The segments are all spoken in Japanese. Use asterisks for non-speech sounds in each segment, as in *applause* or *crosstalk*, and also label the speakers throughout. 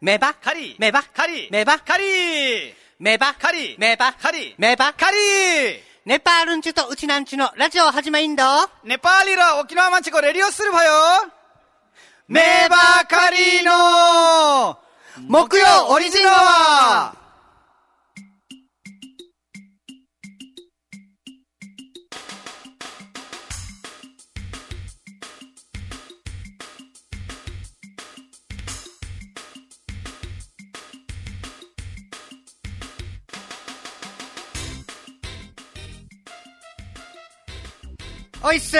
Speaker 1: めば
Speaker 2: カリ
Speaker 1: めば
Speaker 2: カリ
Speaker 1: めば
Speaker 2: カリ
Speaker 1: めば
Speaker 2: カリ
Speaker 1: めば
Speaker 2: カリ
Speaker 1: めば
Speaker 2: カリ
Speaker 1: ネパールんちとうちなんちのラジオ始まりんど
Speaker 2: ネパーリラ沖縄マンチコレディオスルファよメバカリの木曜オリジナル
Speaker 1: おいっす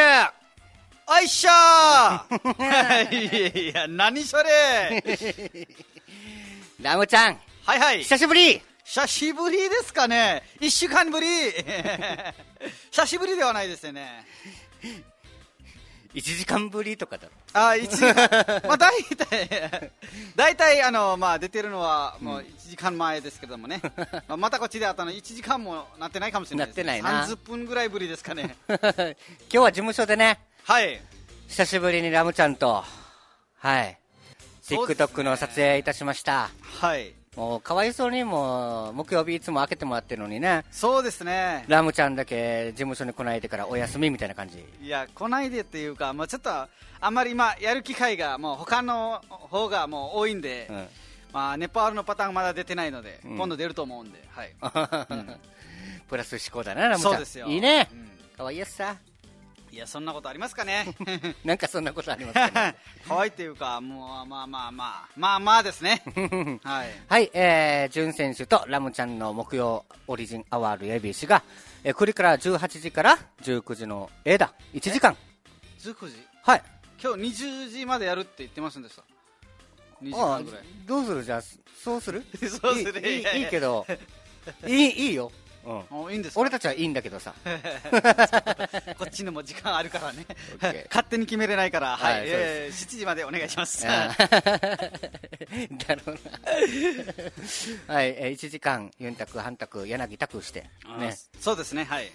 Speaker 2: おいっしょー *laughs* いやいや、何それ
Speaker 1: ラムちゃん、
Speaker 2: はいはい。
Speaker 1: 久しぶり
Speaker 2: 久しぶりですかね一週間ぶり *laughs* 久しぶりではないですよね。
Speaker 1: !1 時間ぶりとかだろ。
Speaker 2: あ一時間まあ大体、大体、あの、まあ出てるのはもう1時間前ですけどもね。まあまたこっちであったの1時間もなってないかもしれないです、ね。
Speaker 1: なってないな
Speaker 2: 30分ぐらいぶりですかね
Speaker 1: *laughs* 。今日は事務所でね、
Speaker 2: はい。
Speaker 1: 久しぶりにラムちゃんと、はい、
Speaker 2: そうですね
Speaker 1: TikTok の撮影いたしました。
Speaker 2: はい。
Speaker 1: もう、かわいそうにもう、木曜日いつも開けてもらってるのにね、
Speaker 2: そうですね。
Speaker 1: ラムちゃんだけ事務所に来ないでからお休みみたいな感じ。
Speaker 2: いや、来ないでっていうか、まあ、ちょっとあんまり今、やる機会がもう他の方がもう多いんで、
Speaker 1: うん
Speaker 2: まあ、ネパールのパターンまだ出てないので、
Speaker 1: うん
Speaker 2: 今度出ると思うんで、はい、
Speaker 1: *laughs* プラス思考だな、ラムちゃん。
Speaker 2: そうですよ
Speaker 1: いいね
Speaker 2: う。ん
Speaker 1: かわいいやつさ。
Speaker 2: いや、そんなことあります
Speaker 1: *laughs*
Speaker 2: かね、
Speaker 1: なんかそんなことありますかね
Speaker 2: 可愛いっていうか、もうまあまあまあ、まあまあです
Speaker 1: *laughs*
Speaker 2: ね、はい、
Speaker 1: はい、えー、ジュン選手とラムちゃんの木曜オリジンアワール ABC が、えー、9時から18時から19時の A だ、1時間。
Speaker 2: 19時、
Speaker 1: はい。
Speaker 2: 今日20時までやるって言ってませんでした、2時
Speaker 1: ああ
Speaker 2: 間ぐらい、
Speaker 1: どうするじゃあ、そうする
Speaker 2: *laughs* そうする
Speaker 1: いいい
Speaker 2: いやい
Speaker 1: いい
Speaker 2: や
Speaker 1: いけ
Speaker 2: *laughs*
Speaker 1: ど、いい、いいよ。うん。
Speaker 2: もういいんですか
Speaker 1: 俺たちはいいんだけどさ。
Speaker 2: こっちのも時間あるからね
Speaker 1: *laughs* OK
Speaker 2: *laughs* 勝手に決めれないから、は
Speaker 1: はい
Speaker 2: い
Speaker 1: そう
Speaker 2: えー7時までお願いします。
Speaker 1: あ *laughs* ーだろうな。はい、えー、1時間、ユンタク、ハンタク、柳タクして、
Speaker 2: ね
Speaker 1: ね。、
Speaker 2: そうですね、
Speaker 1: *laughs*
Speaker 2: はい、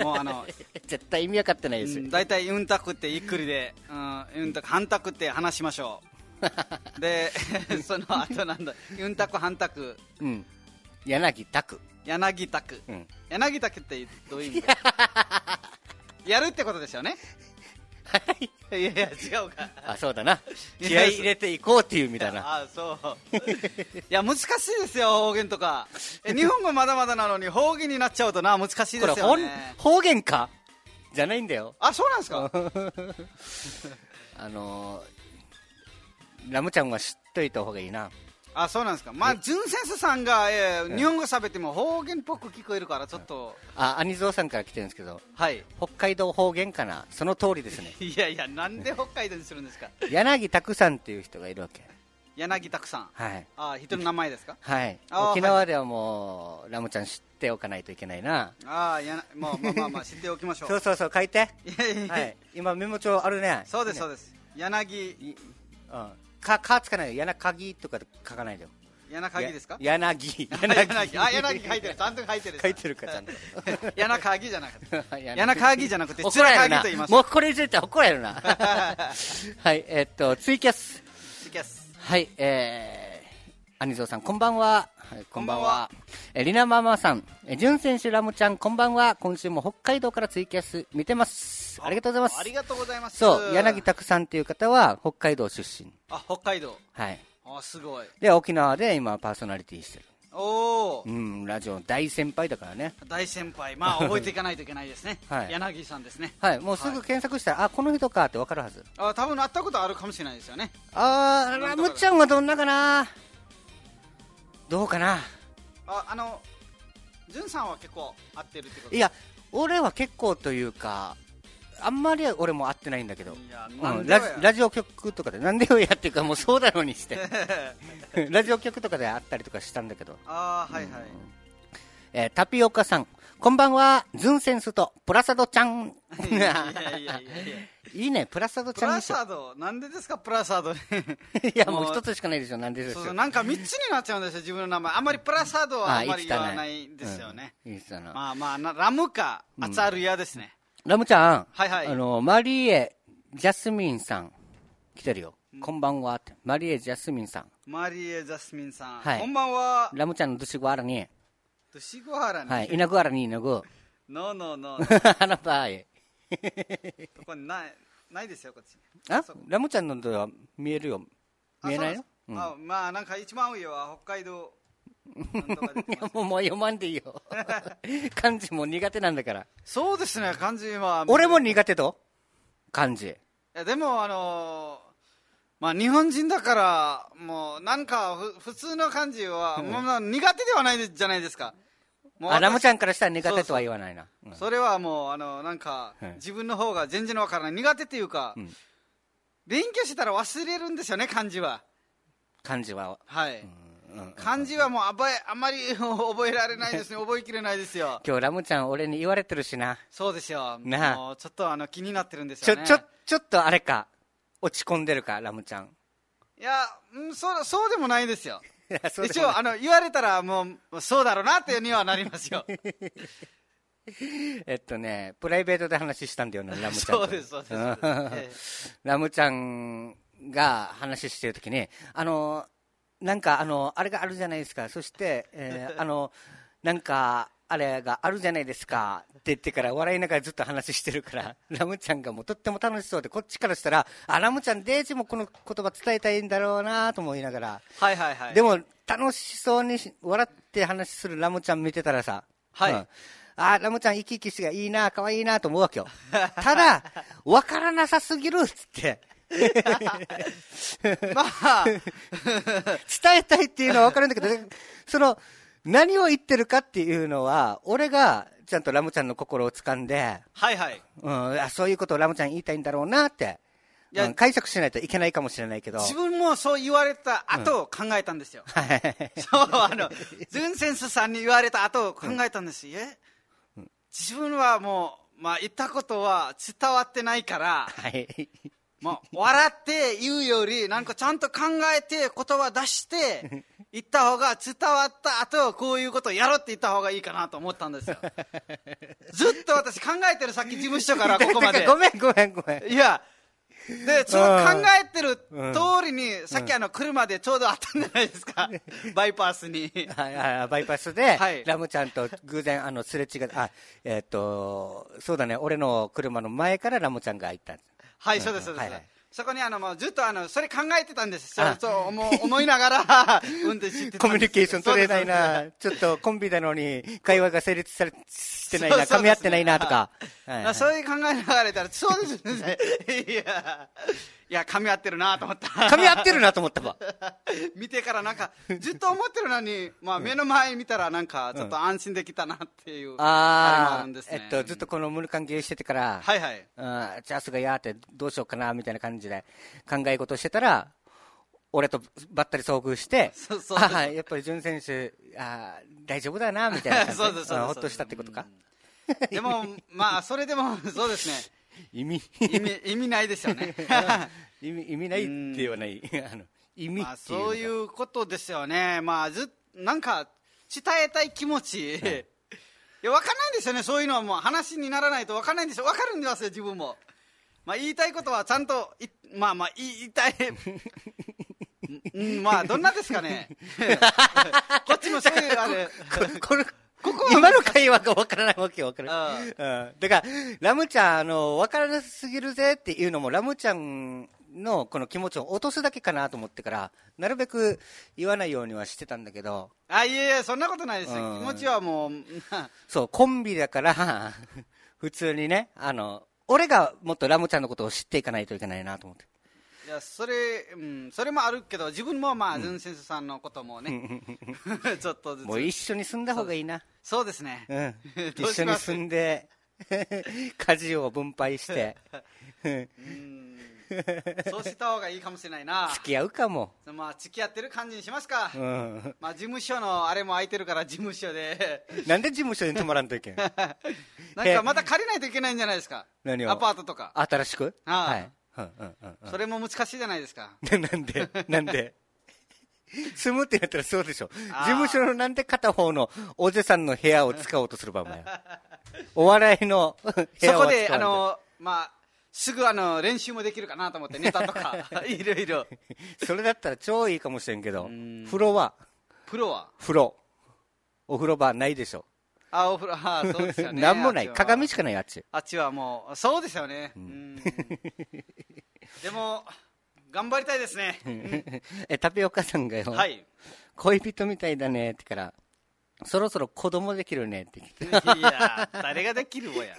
Speaker 2: もうあの、
Speaker 1: 絶対意味わかってないうですよ
Speaker 2: ん。大体、うんたくってゆっくりで、うん、うんたく、半たくって話しましょ
Speaker 1: *laughs*
Speaker 2: う、で、 *laughs* その後なんだ、うんたく、半たく、
Speaker 1: うん。柳タク。
Speaker 2: 柳たく、
Speaker 1: うん。
Speaker 2: 柳たくってどういう
Speaker 1: *laughs*
Speaker 2: 意味だやるってことですよね、
Speaker 1: はい。
Speaker 2: いやいや、違うか。
Speaker 1: *laughs* あ、そうだな。気合い入れていこうっていう意味だな。
Speaker 2: あそういや難しいですよ方言とかえ日本語まだまだなのに方言になっちゃうとな難しいです
Speaker 1: これ、
Speaker 2: よ
Speaker 1: ほん
Speaker 2: ね
Speaker 1: 方言かじゃないんだよ。
Speaker 2: あそうなんですか
Speaker 1: あのー、ラムちゃんは知っといた方がいいな。
Speaker 2: あそうなんですかまあ純センスさんが、えー日本語喋っても方言っぽく聞こえるからちょっと
Speaker 1: あ、アニゾウさんから来てるんですけど、
Speaker 2: はい
Speaker 1: 北海道方言かな。その通りです
Speaker 2: *laughs*
Speaker 1: ね。
Speaker 2: いやいやなんで北海道にするんですか
Speaker 1: 柳拓さんっていう人がいるわけ。
Speaker 2: 柳拓さん
Speaker 1: はい。
Speaker 2: あ人の名前ですか
Speaker 1: はい。
Speaker 2: あー
Speaker 1: 沖縄ではもう、ラムちゃん知っておかないといけないな。
Speaker 2: あやなもうまあまあまあ知っておきましょ
Speaker 1: そう
Speaker 2: う
Speaker 1: そうそう、書いて。
Speaker 2: いやいやいや
Speaker 1: はい。今、メモ帳あるね。
Speaker 2: そうですそう
Speaker 1: で
Speaker 2: です柳
Speaker 1: す。いうん。か、かつかないよ。柳鍵とかで書かないでよ。
Speaker 2: 柳ですか
Speaker 1: や柳。
Speaker 2: 柳 *laughs* あ柳書いてるちゃんと書いてる
Speaker 1: 書いてるか、ちゃんと。
Speaker 2: 柳鍵じゃなくて
Speaker 1: *laughs* 柳
Speaker 2: 柳鍵じゃなくて
Speaker 1: 怒られる
Speaker 2: 面
Speaker 1: な
Speaker 2: 鍵と言いま。す
Speaker 1: もうこれ以上言ったら怒られる
Speaker 2: *laughs*
Speaker 1: な。はい、えっと、ツイキャス。
Speaker 2: いきます
Speaker 1: はい、えー、アニゾウさん、こんばんは。はいこんばんは
Speaker 2: こんばんは。
Speaker 1: えー、リナママさん、えー、ジュン選手、ラムちゃん、こんばんは。今週も北海道からツイキャス見てます。ありがとうございます
Speaker 2: あ。りがとうございます
Speaker 1: そう、柳拓さんっていう方は、北海道出身。
Speaker 2: あ北海道
Speaker 1: はい。
Speaker 2: あすごい
Speaker 1: で、沖縄で今、パーソナリティしてる。
Speaker 2: おお
Speaker 1: うん、ラジオの大先輩だからね。
Speaker 2: 大先
Speaker 1: *laughs*
Speaker 2: 輩まあ覚えていかないといけないですね
Speaker 1: はい
Speaker 2: 柳さんですね
Speaker 1: はい、もうすぐ検索したら、あ、この人かってわかるはず。
Speaker 2: あ多分会ったことあるかもしれないですよね
Speaker 1: あー、ラムちゃんはどんなかなどうかな
Speaker 2: ああのじゅんさんは結構会ってるってこと
Speaker 1: いや、俺は結構というか、あんまり俺も会ってないんだけど。
Speaker 2: いや
Speaker 1: うん
Speaker 2: なん
Speaker 1: ラ
Speaker 2: でよ
Speaker 1: ジラジオ局とかで、なんでよやっていうか、もうそうだのに *laughs* して、ラジオ局とかで会ったりとかしたんだけど、
Speaker 2: *laughs* あーはいはい
Speaker 1: えータピオカさん、こんばんは、ズンセンスとプラサドちゃん。
Speaker 2: いやいやいやいやいや
Speaker 1: いいね、プラサド
Speaker 2: プ
Speaker 1: ちゃん
Speaker 2: ラ
Speaker 1: でしょ
Speaker 2: サ。ードなんでですかプラサ
Speaker 1: *laughs*
Speaker 2: ードね
Speaker 1: いや、もう一つしかないでしょ、なんででし
Speaker 2: そう
Speaker 1: ょ
Speaker 2: そう。なんか三つになっちゃうんですよ自分の名前あんまりプラサードはあんまり言わないんですよね、
Speaker 1: うんいいっすよな
Speaker 2: まあまあなラムかアツアルヤですね、
Speaker 1: ラムちゃん、
Speaker 2: はいはい
Speaker 1: あのマリエ・ジャスミンさん、来てるよ。こんばんはって。マリエ・ジャスミンさん。
Speaker 2: マリエ・ジャスミンさん、
Speaker 1: はい
Speaker 2: こんばんは。
Speaker 1: ラムちゃんのドゥシグアラに、
Speaker 2: とシグハラね。
Speaker 1: はい、イナグアラにイナ
Speaker 2: *laughs*
Speaker 1: グ。
Speaker 2: ノーノーノー。
Speaker 1: あなた、え。
Speaker 2: ここにない、ないですよ、こっちに。
Speaker 1: あ
Speaker 2: そう
Speaker 1: ラムちゃんのとは見えるよ。
Speaker 2: あ
Speaker 1: 見えない
Speaker 2: そ
Speaker 1: よ
Speaker 2: う。
Speaker 1: うん
Speaker 2: あまあ、なんか一番上は北海道。なんとか出てます
Speaker 1: もうもう読まんでいいよ。漢字も苦手なんだから。
Speaker 2: *laughs* そうですね、漢字は。
Speaker 1: 俺も
Speaker 2: い
Speaker 1: 苦手と漢字。
Speaker 2: や、でも、あのーまあ、日本人だから、もう、なんか、ふ普通の漢字は、もうまあ苦手ではないじゃないですか。もう
Speaker 1: あ、ラムち
Speaker 2: ゃ
Speaker 1: ゃんからしたら苦手とは言わないな。うん
Speaker 2: それはもう、あの、なんか
Speaker 1: はい、
Speaker 2: 自分の方が全然わからない。苦手っていうか、
Speaker 1: うん
Speaker 2: 勉強してたら忘れるんですよね、漢字は。
Speaker 1: 漢字は。
Speaker 2: はい。
Speaker 1: うんうん
Speaker 2: 漢字はもうあばえあまり *laughs* 覚えられないですね、覚えきれないですよ、
Speaker 1: 今日ラムちゃん俺に言われてるしな。
Speaker 2: そうですよ、
Speaker 1: なあ
Speaker 2: もうちょっとあの気になってるんです
Speaker 1: ち
Speaker 2: よ
Speaker 1: ょ、
Speaker 2: ね、
Speaker 1: ちょ、ちょっとあれか。落ち込んでるか、ラムちゃん。
Speaker 2: いや、うんそう、そうでもないですよ、
Speaker 1: いやそうで
Speaker 2: *laughs* 一
Speaker 1: も
Speaker 2: 応あの、言われたら、もうそうだろうなっていうにはなりま
Speaker 1: *laughs*
Speaker 2: すよ、
Speaker 1: *laughs* えっとね、プライベートで話したんだよね、ラムちゃんと。
Speaker 2: そうです、そうです、そうです
Speaker 1: ラムちゃんが話してるときに、あの、なんか、あの、あれがあるじゃないですか。そして、えーあの、なんか、あれがあるじゃないですかって言ってから笑いながらずっと話してるから *laughs* ラムちゃんがもうとっても楽しそうでこっちからしたらあラムちゃんデイジもこの言葉伝えたいんだろうなと思いながら、
Speaker 2: ええはいはいはい、
Speaker 1: で
Speaker 2: も、
Speaker 1: も楽しそうにし笑って話するラムちゃん見てたらさ、
Speaker 2: はい
Speaker 1: うんあーラムちゃん生き生きしていいな可愛いなと思うわけ
Speaker 2: *laughs*
Speaker 1: よただ分からなさすぎるっつって
Speaker 2: まあ、
Speaker 1: 伝えたいっていうのは分かるんだけどその何を言ってるかっていうのは俺がちゃんとラムちゃんの心を掴んで、
Speaker 2: はいはい、
Speaker 1: うん、あそういうことをラムちゃん言いたいんだろうなって、
Speaker 2: いや
Speaker 1: うん解釈しないといけないかもしれないけど
Speaker 2: 自分もそう言われた後考えたんですよ、そう、あの、ズンセンスさんに言われた後考えたんですよ。え自分はもう、まあ言ったことは伝わってないから、 *laughs*
Speaker 1: はい
Speaker 2: まあ笑って言うより、なんかちゃんと考えて言葉
Speaker 1: *laughs*
Speaker 2: 出して、言った方が伝わった後、こういうことやろうって言った方がいいかなと思った
Speaker 1: *laughs*
Speaker 2: んですよ。ずっと私考えてる、さっき事務所からここま
Speaker 1: *laughs* て
Speaker 2: で
Speaker 1: か。ごめんごめんごめん
Speaker 2: いや、で、その考えてる
Speaker 1: うん
Speaker 2: 通りに、さっきあの車でちょうどあったんじゃないですか。 *laughs* バイパースに。
Speaker 1: はいはいはい、バイパスで、
Speaker 2: はい
Speaker 1: ラムちゃんと偶然あのすれ違っあ、えっと、そうだね、俺の車の前からラムちゃんが行った。
Speaker 2: はい、そうです、そうです。
Speaker 1: はいはい
Speaker 2: そこにあのもうずっとあのそれ考えてたんです、
Speaker 1: あ
Speaker 2: そう思う思いながら
Speaker 1: *laughs*
Speaker 2: 運転してたんです
Speaker 1: コミュニケーション取れない
Speaker 2: そう
Speaker 1: な、ちょっとコンビなのに会話が成立されしてないな、噛み合ってないなとか。
Speaker 2: です
Speaker 1: はい
Speaker 2: あそういう考えながらいたら、そうですね、いや、いや、噛み合ってるなと思った、
Speaker 1: 噛み合ってるなと思った
Speaker 2: *laughs*
Speaker 1: わ。
Speaker 2: 見てからなんか、ずっと思ってるのに、まあ、目の前見たら、なんか、ちょっと安心できたなっていう、れもあ
Speaker 1: あ
Speaker 2: るんです
Speaker 1: あ、
Speaker 2: ね
Speaker 1: えっと、ずっとこのムルカンゲーしててから、
Speaker 2: はいはい、
Speaker 1: うんチャンスがやーってどうしようかなみたいな感じで考え事してたら俺とばったり遭遇して
Speaker 2: そうそう
Speaker 1: ああやっぱり潤選手ああ大丈夫だなみたいな感じ
Speaker 2: *laughs* そうですそうです
Speaker 1: ああほっとしたってことか
Speaker 2: でも、まあ、それでも、そうですね、
Speaker 1: 意味 *laughs*
Speaker 2: 意味意味ないですよね。
Speaker 1: 意味意味ないって言わない *laughs* あの意味っていうのが、
Speaker 2: まあ、そういうことですよね、まあ、ずなんか伝えたい気持ち、いや分かんないんですよね、そういうのはもう話にならないと分かんないんですよ、分かるんですよ、自分も。まあ、言いたいことはちゃんとい、まあまあ、言い言いたい、うん、まあ、どんなです
Speaker 1: *laughs*
Speaker 2: かね、こっちもそういうあれ、
Speaker 1: ここの今の会話がわからないわけよわかる
Speaker 2: ああ
Speaker 1: うんだからラムちゃんあのわからなすぎるぜっていうのもラムちゃんのこの気持ちを落とすだけかなと思ってからなるべく言わないようにはしてたんだけど
Speaker 2: あいえいえ、そんなことないです
Speaker 1: うん
Speaker 2: よ、気持ちはもう、 *laughs*
Speaker 1: そう、コンビだから、 *laughs* 普通にね、あの、俺がもっとラムちゃんのことを知っていかないといけないなと思って。
Speaker 2: いやそれ、うん、それもあるけど、自分もまあ、ズン先生さんのこともね、
Speaker 1: *laughs*
Speaker 2: ちょっとずつ、
Speaker 1: もう一緒に住んだ方がいいな。
Speaker 2: そうですね。
Speaker 1: *laughs* うん。一
Speaker 2: どう
Speaker 1: 緒
Speaker 2: し
Speaker 1: に
Speaker 2: ます
Speaker 1: 住んで、 *laughs* 家事を分配して、
Speaker 2: うんそうした方がいいかもしれないな、
Speaker 1: 付き合うかも。
Speaker 2: まあ、付き合ってる感じにしますか、
Speaker 1: うん。
Speaker 2: まあ、事務所のあれも空いてるから、事務所
Speaker 1: *laughs*
Speaker 2: で、
Speaker 1: なんで事務所に泊まらんといけん
Speaker 2: なんかまた借りないといけないんじゃないですか、
Speaker 1: 何を
Speaker 2: アパートとか、
Speaker 1: 新しく
Speaker 2: ああ
Speaker 1: はい。うんうんうん
Speaker 2: それも難しいじゃないですか、
Speaker 1: うん。 *laughs* なんでなんで住むってなったらそうでしょ。事
Speaker 2: ああ
Speaker 1: 務所のなんで片方のおじさんの部
Speaker 2: *laughs*
Speaker 1: 屋を使おうとする場合お前。お笑いの *laughs* 部
Speaker 2: そ
Speaker 1: 屋を使お
Speaker 2: こ
Speaker 1: うと
Speaker 2: で、あのまあ、すぐあの練習もできるかなと思ってネタ
Speaker 1: *laughs*
Speaker 2: とかいろいろ
Speaker 1: それだったら超いいかもしれんけど
Speaker 2: ん
Speaker 1: 風呂は
Speaker 2: プロは
Speaker 1: 風呂お風呂場ないでしょ
Speaker 2: あお風呂あそうですよ
Speaker 1: *laughs*
Speaker 2: ね
Speaker 1: なんもない
Speaker 2: あっちは
Speaker 1: 鏡しかないあっち
Speaker 2: あっちはもうそうですよね、うん、でも頑張りたいですね、
Speaker 1: えタピオカさんがよ、
Speaker 2: はい
Speaker 1: 恋人みたいだねってからそろそろ子供できるねって来て
Speaker 2: いや誰ができるもや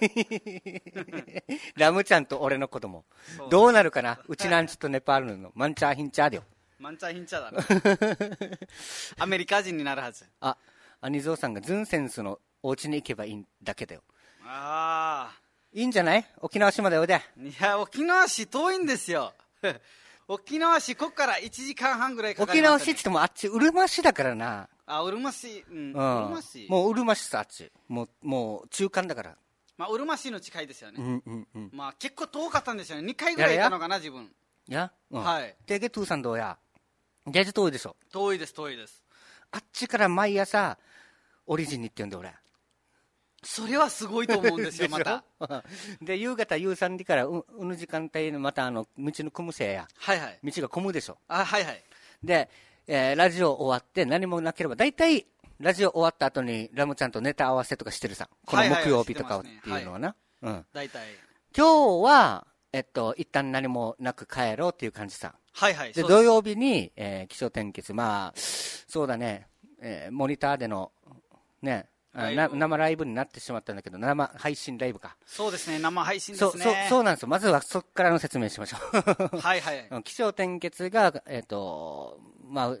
Speaker 1: *laughs* ラムちゃんと俺の子供
Speaker 2: そう
Speaker 1: どうなるかなうちなんちとネパールのマンチャーヒンチャーでよ
Speaker 2: マンチャヒンチャだなアメリカ人になるはず
Speaker 1: あ兄蔵さんがズンセンスのお家に行けばいいんだけだよ
Speaker 2: ああ
Speaker 1: いいんじゃない沖縄市までおいで
Speaker 2: いや沖縄市遠いんですよ沖縄市ここから1時間半ぐらいかか
Speaker 1: 沖
Speaker 2: りま
Speaker 1: 縄
Speaker 2: す、
Speaker 1: 市
Speaker 2: ね、
Speaker 1: って言ってもあっちうるま市だからな
Speaker 2: あうるま市うん、う
Speaker 1: うん
Speaker 2: るま市
Speaker 1: もううるま市さあっちもうもう中間だから
Speaker 2: まあうるま市の近いですよ
Speaker 1: う
Speaker 2: ね、
Speaker 1: んうんうん
Speaker 2: まあ結構遠かったんですよね2回ぐらい行ったのかな自分
Speaker 1: や、うん、
Speaker 2: はい
Speaker 1: でゲトゥーさんどうやゲージ遠いでしょ
Speaker 2: 遠いです遠いです
Speaker 1: あっちから毎朝オリジンに行ってんだ俺
Speaker 2: それはすごいと思うんですよまた
Speaker 1: で夕方夕3時からううぬ時間帯のまたあの道の組むせいや
Speaker 2: はいはい
Speaker 1: 道が混むでしょ
Speaker 2: あはいはい
Speaker 1: で、えーラジオ終わって何もなければ大体ラジオ終わった後にラムちゃんとネタ合わせとかしてるさこの
Speaker 2: はいはい
Speaker 1: 木
Speaker 2: はい
Speaker 1: 曜日とかをっ
Speaker 2: してますね
Speaker 1: ていうのはな、うん、
Speaker 2: 大体
Speaker 1: 今日はえっと一旦何もなく帰ろうっていう感じさ
Speaker 2: はいはい
Speaker 1: で
Speaker 2: そう
Speaker 1: 土曜日に、えー気象天気図まあそうだね、えーモニターでのねあ
Speaker 2: ライブ
Speaker 1: な生ライブになってしまったんだけど生配信ライブか、
Speaker 2: そうですね生配信で
Speaker 1: そう
Speaker 2: すね
Speaker 1: そうそうなんですよまずはそこからの説明しましょう
Speaker 2: はいはい
Speaker 1: うん *laughs* 気象転結が、えっとまあ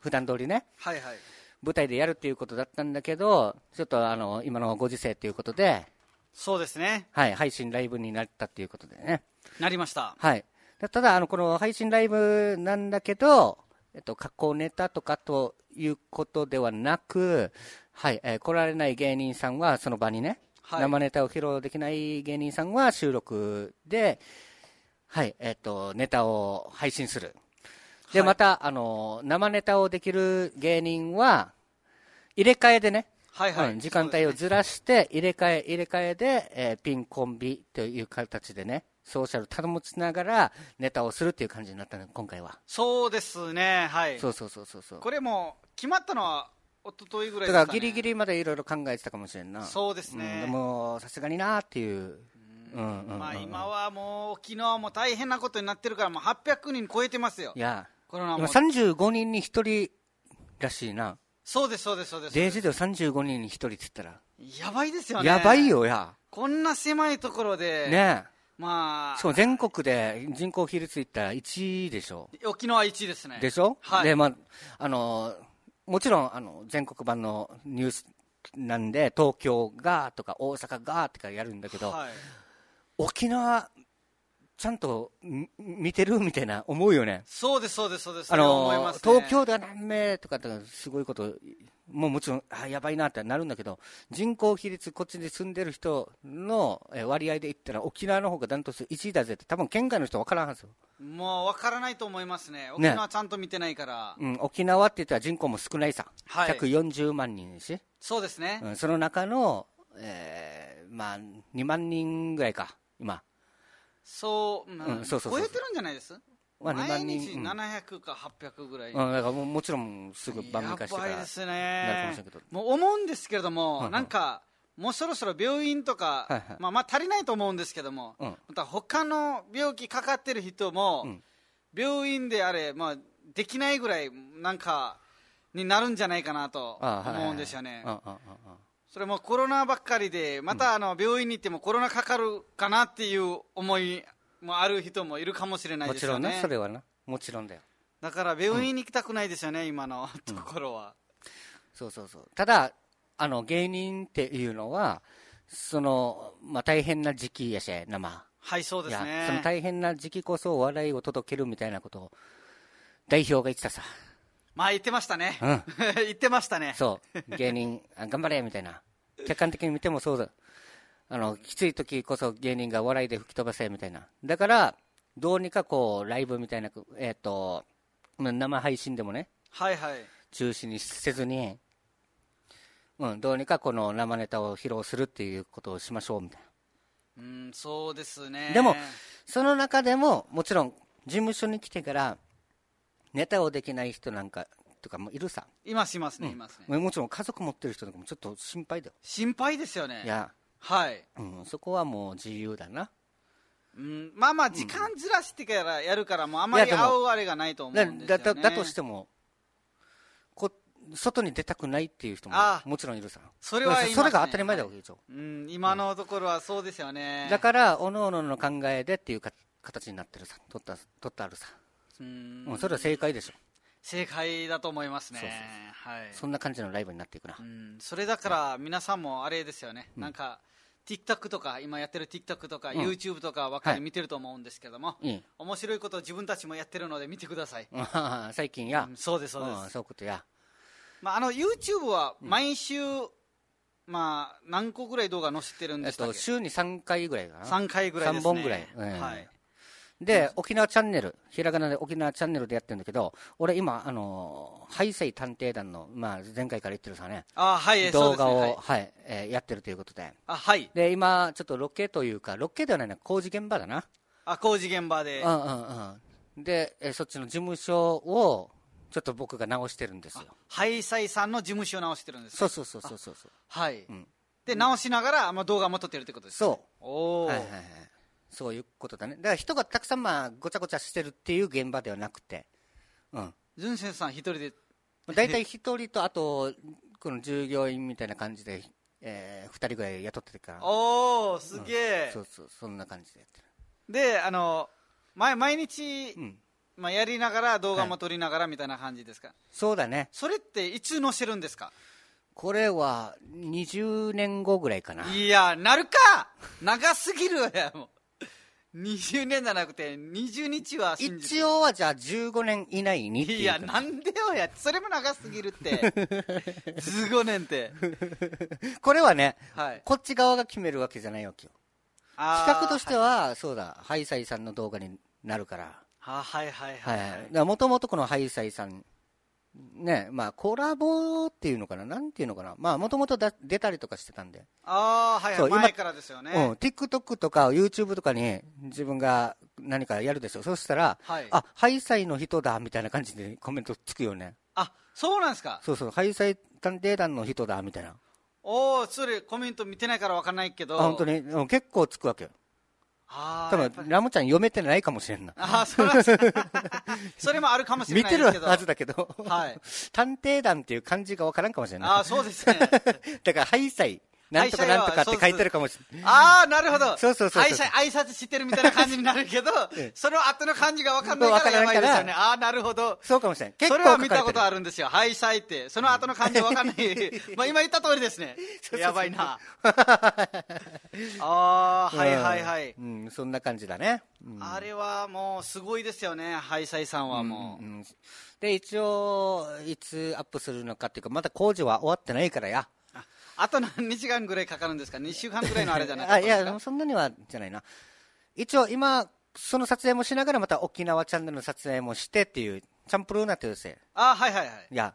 Speaker 1: 普段通りね
Speaker 2: はいはい
Speaker 1: 舞台でやるっていうことだったんだけどちょっとあの今のご時世ということで、
Speaker 2: そうですね
Speaker 1: はい、配信ライブになったっていうことでね、
Speaker 2: なりました
Speaker 1: はい、でただあのこの配信ライブなんだけど、えっと、過去ネタとかということではなく、はいえー来られない芸人さんはその場にね、
Speaker 2: はい
Speaker 1: 生ネタを披露できない芸人さんは収録で、はいえっとネタを配信する。で、
Speaker 2: はい
Speaker 1: また、あの、生ネタをできる芸人は、入れ替えでね、
Speaker 2: はいはい、
Speaker 1: うん時間帯をずらして、入れ替え、入れ替えで、えーピンコンビという形でね、ソーシャル保ちながらネタをするっていう感じになったの、今回は。
Speaker 2: そうですねはい
Speaker 1: そうそうそうそうそう。
Speaker 2: これも決まったのは一昨日ぐら
Speaker 1: だ
Speaker 2: いです
Speaker 1: か
Speaker 2: か、ね、
Speaker 1: らギリギリまでいろいろ考えてたかもしれんな。
Speaker 2: そうです
Speaker 1: うん
Speaker 2: ね、
Speaker 1: でも、さすがになーっていう。うんうんうん
Speaker 2: まあ、今はもう沖縄も大変なことになってるからもう800人超えてますよ
Speaker 1: いや、
Speaker 2: コロナ
Speaker 1: 今
Speaker 2: も
Speaker 1: 35人に1人らしいな。
Speaker 2: そうですそうですそうです
Speaker 1: デイジでは35人に1人って言った
Speaker 2: やばいですよ
Speaker 1: ら、
Speaker 2: ね
Speaker 1: やばいよや。
Speaker 2: こんな狭いところで、
Speaker 1: ねえ。
Speaker 2: ま
Speaker 1: しか
Speaker 2: あ
Speaker 1: も全国で人口比率いったら1位でしょ。
Speaker 2: 沖縄1位ですね
Speaker 1: でしょ、
Speaker 2: はい
Speaker 1: で、まあ、あの、もちろん、あの、全国版のニュースなんで、東京がとか大阪がとかやるんだけど、
Speaker 2: はい、
Speaker 1: 沖縄、ちゃんとみ見てるみたいな思うよね。
Speaker 2: そうですそうですそうです
Speaker 1: あ
Speaker 2: それは思い
Speaker 1: の、
Speaker 2: ますね
Speaker 1: 東京では何名とかってすごいこと、もうもちろん、あ、やばいなってなるんだけど、人口比率、こっちに住んでる人のえ割合で言ったら、沖縄の方がダントツ1位だぜって、多分県外の人分からんはずよ。
Speaker 2: もうわからないと思いますね沖縄ちゃんと見てないから、
Speaker 1: うん、沖縄って言ったら人口も少ないさ。
Speaker 2: はい
Speaker 1: 140万人やし。
Speaker 2: そうですね、
Speaker 1: うん、その中の、えーまあ、2万人ぐらいか、今、
Speaker 2: そう、まあ
Speaker 1: うんそうそうそう
Speaker 2: 超えてるんじゃないです
Speaker 1: まあ、2
Speaker 2: 毎
Speaker 1: 万
Speaker 2: 日
Speaker 1: 人、うん
Speaker 2: 700か800ぐらい、
Speaker 1: うんだからもうもちろんすぐ晩年化してか
Speaker 2: やばい
Speaker 1: ら
Speaker 2: で、す
Speaker 1: なるかも
Speaker 2: ね
Speaker 1: しれんけど
Speaker 2: もう思うんですけれども、
Speaker 1: うんうん
Speaker 2: なんかもうそろそろ病院とか、
Speaker 1: はいはい
Speaker 2: まあ、まあ足りないと思うんですけども、
Speaker 1: うん
Speaker 2: また他の病気かかってる人も、
Speaker 1: うん
Speaker 2: 病院であれ、まあ、できないぐらいなんかになるんじゃないかなと
Speaker 1: あはいはいはい
Speaker 2: 思うんですよね、
Speaker 1: うんうんうんうん
Speaker 2: それもコロナばっかりでまたあの病院に行ってもコロナかかるかなっていう思いもある人もいるかもしれない
Speaker 1: も
Speaker 2: で
Speaker 1: ち
Speaker 2: すよ
Speaker 1: ろん
Speaker 2: ね
Speaker 1: ね、それはな、もちろんだよ、
Speaker 2: だから病院に行きたくないですよね、今のところは、
Speaker 1: そうそうそう、ただ、あの芸人っていうのは、そのまあ、大変な時期やし、生、
Speaker 2: はいそうです
Speaker 1: いやその
Speaker 2: ね
Speaker 1: 大変な時期こそ笑いを届けるみたいなことを、代表が言ってたさ、
Speaker 2: まあ言ってましたね、
Speaker 1: うん
Speaker 2: *laughs* 言ってましたね
Speaker 1: そう、芸人、あ頑張れみたいな、客観的に見てもそうだ、あのきつい時こそ芸人が笑いで吹き飛ばせみたいな、だから、どうにかこうライブみたいな、えっとまあ生配信でもね、
Speaker 2: はいはい
Speaker 1: 中止にせずに、うん、どうにかこの生ネタを披露するっていうことをしましょうみたい
Speaker 2: うん、そうですね。
Speaker 1: でもその中でも、もちろん、事務所に来てから、ネタをできない人なんかとかもいるさ、
Speaker 2: います、いますね、いますね。
Speaker 1: もちろん家族持ってる人とかもちょっと心配だよ。
Speaker 2: 心配ですよね。
Speaker 1: いや、
Speaker 2: はい。
Speaker 1: うん、そこはもう自由だな。
Speaker 2: うん、まあまあ、時間ずらしてからやるから、もうあ
Speaker 1: い
Speaker 2: ま
Speaker 1: や
Speaker 2: り
Speaker 1: でも
Speaker 2: 会うあれがないと思う
Speaker 1: だ
Speaker 2: んです
Speaker 1: だ
Speaker 2: よ、ね
Speaker 1: だだとしてもこ、外に出たくないっていう人も
Speaker 2: ああ
Speaker 1: もちろんいるさ。
Speaker 2: それはいますね
Speaker 1: それが当たり前だわけでしょ。
Speaker 2: うん、今のところはそうですよね。
Speaker 1: だから、おのおのの考えでっていうか形になってるさ、取った取ってあるさ、
Speaker 2: うん
Speaker 1: うん、それは正解でしょ、
Speaker 2: 正解だと思いますね。
Speaker 1: そうそ
Speaker 2: はい。
Speaker 1: そんな感じのライブになっていくな。
Speaker 2: うん、それだから皆さんもあれですよね、なんか TikTok とか今やってる TikTok とか、YouTube とか若
Speaker 1: はい
Speaker 2: い見てると思うんですけども、
Speaker 1: いい
Speaker 2: 面白いことを自分たちもやってるので見てください、
Speaker 1: うん *laughs* 最近や
Speaker 2: うん、そうですそうです、
Speaker 1: んそういうことや、
Speaker 2: まあ、あの YouTube は毎週、まあ何個ぐらい動画載せてるん
Speaker 1: え
Speaker 2: で
Speaker 1: っ
Speaker 2: したっ
Speaker 1: と、
Speaker 2: け、
Speaker 1: 週に3回ぐらいかな。
Speaker 2: 3回ぐらいですね
Speaker 1: 三本ぐらいうん
Speaker 2: はい、
Speaker 1: で、沖縄チャンネル、ひらがなで沖縄チャンネルでやってるんだけど、俺今、あのー、ハイセイ探偵団の、まあ、前回から言ってるさね、
Speaker 2: あはいえーそ
Speaker 1: 動
Speaker 2: うです
Speaker 1: 画
Speaker 2: ね
Speaker 1: を、
Speaker 2: はい
Speaker 1: はい、えーやってるということで。
Speaker 2: あはい
Speaker 1: で、今、ちょっとロケというか、ロケではないな、工事現場だな。
Speaker 2: あ工事現場
Speaker 1: う
Speaker 2: で
Speaker 1: んうんうん。で、えーそっちの事務所を、ちょっと僕が直してるんですよ。
Speaker 2: ハイサイさんの事務所を直してるんです
Speaker 1: そうそうそうそうそう。
Speaker 2: はい、
Speaker 1: ん
Speaker 2: で直しながら、まあ、動画も撮ってるってことですね
Speaker 1: そう。
Speaker 2: おお、
Speaker 1: はいはいはい、そういうことだね、だから人がたくさんまあごちゃごちゃしてるっていう現場ではなくて、うん、
Speaker 2: ジュンセンさん一人で
Speaker 1: 大体一人と、あと、この従業員みたいな感じで、え2人ぐらい雇ってるから、
Speaker 2: おおすげえ、
Speaker 1: そうそう、そんな感じでやってる。
Speaker 2: であの毎毎日、
Speaker 1: ん
Speaker 2: まあ、やりながら動画も撮りながらみたいな感じですか、
Speaker 1: そうだね、
Speaker 2: それっていつ載せるんですか
Speaker 1: これは20年後ぐらいかな、
Speaker 2: いやなるか *laughs* 長すぎるわよもう20年じゃなくて20日は信じて
Speaker 1: 一応はじゃあ15年以内にっていう
Speaker 2: いやなんでよやそれも長すぎるって *laughs* 15年って
Speaker 1: これはね、
Speaker 2: はい
Speaker 1: こっち側が決めるわけじゃないわけよ、
Speaker 2: あー
Speaker 1: 企画としては、そうだ、ハイサイさんの動画になるから。
Speaker 2: あはいはいはい、はい
Speaker 1: はい、もともとこのハイサイさん、ねまあ、コラボっていうのかな、なんていうのかな、もともと出たりとかしてたんで、
Speaker 2: ああはい
Speaker 1: そ
Speaker 2: は
Speaker 1: う
Speaker 2: い
Speaker 1: 今
Speaker 2: 前からですよね、
Speaker 1: うん、TikTok とか YouTube とかに自分が何かやるでしょ、そしたら、
Speaker 2: はい
Speaker 1: あハイサイの人だみたいな感じでコメントつくよね、
Speaker 2: あそうなんですか
Speaker 1: そうそう、ハイサイ探偵団の人だみたいな、
Speaker 2: おおそれコメント見てないから分かんないけ
Speaker 1: あ
Speaker 2: ど
Speaker 1: 本当に、うん結構つくわけよ、
Speaker 2: あ
Speaker 1: 多
Speaker 2: あやっぱ
Speaker 1: 分ラムちゃん、読めてないかもしれんな、
Speaker 2: ああ、それは *laughs* それもあるかもし
Speaker 1: 見
Speaker 2: れない
Speaker 1: て
Speaker 2: で
Speaker 1: る
Speaker 2: すけど。
Speaker 1: はずだけど、 *laughs*
Speaker 2: はい。
Speaker 1: 探偵団っていう漢字がわからんかもしれない。 *laughs*
Speaker 2: ああ、そうですね。
Speaker 1: だから、ハイサイ、なんとかなんとかって書いてるかもしれない。
Speaker 2: ああ、なるほど。
Speaker 1: そうそうそうそう
Speaker 2: 挨拶挨拶してるみたいな感じになるけ
Speaker 1: *laughs*
Speaker 2: ど、その後の感じが分かんないからやばいですよね。ああ、なるほど。
Speaker 1: そうかもしれない。結
Speaker 2: そ
Speaker 1: 構
Speaker 2: れは見たことあ
Speaker 1: る。
Speaker 2: るんですよ。はい、さいって。その後の感じは分
Speaker 1: *laughs*
Speaker 2: かんない。まあ今言った通りですね。やばいな。ああ、はいはいはい。
Speaker 1: うん、うんそんな感じだね。うん
Speaker 2: あれはもうすごいですよね。ハイサイさんはもう。
Speaker 1: うんで、一応、いつアップするのかっていうか、まだ工事は終わってないからや。
Speaker 2: ああと何日間ぐらいかかるんですか ?2 週間ぐらいのあれじゃない
Speaker 1: あいや、そんなにはじゃないな。一応、今、その撮影もしながら、また沖縄チャンネルの撮影もしてっていう、チャンプルーナっていうせ
Speaker 2: ああ、はいはいはい。
Speaker 1: いや、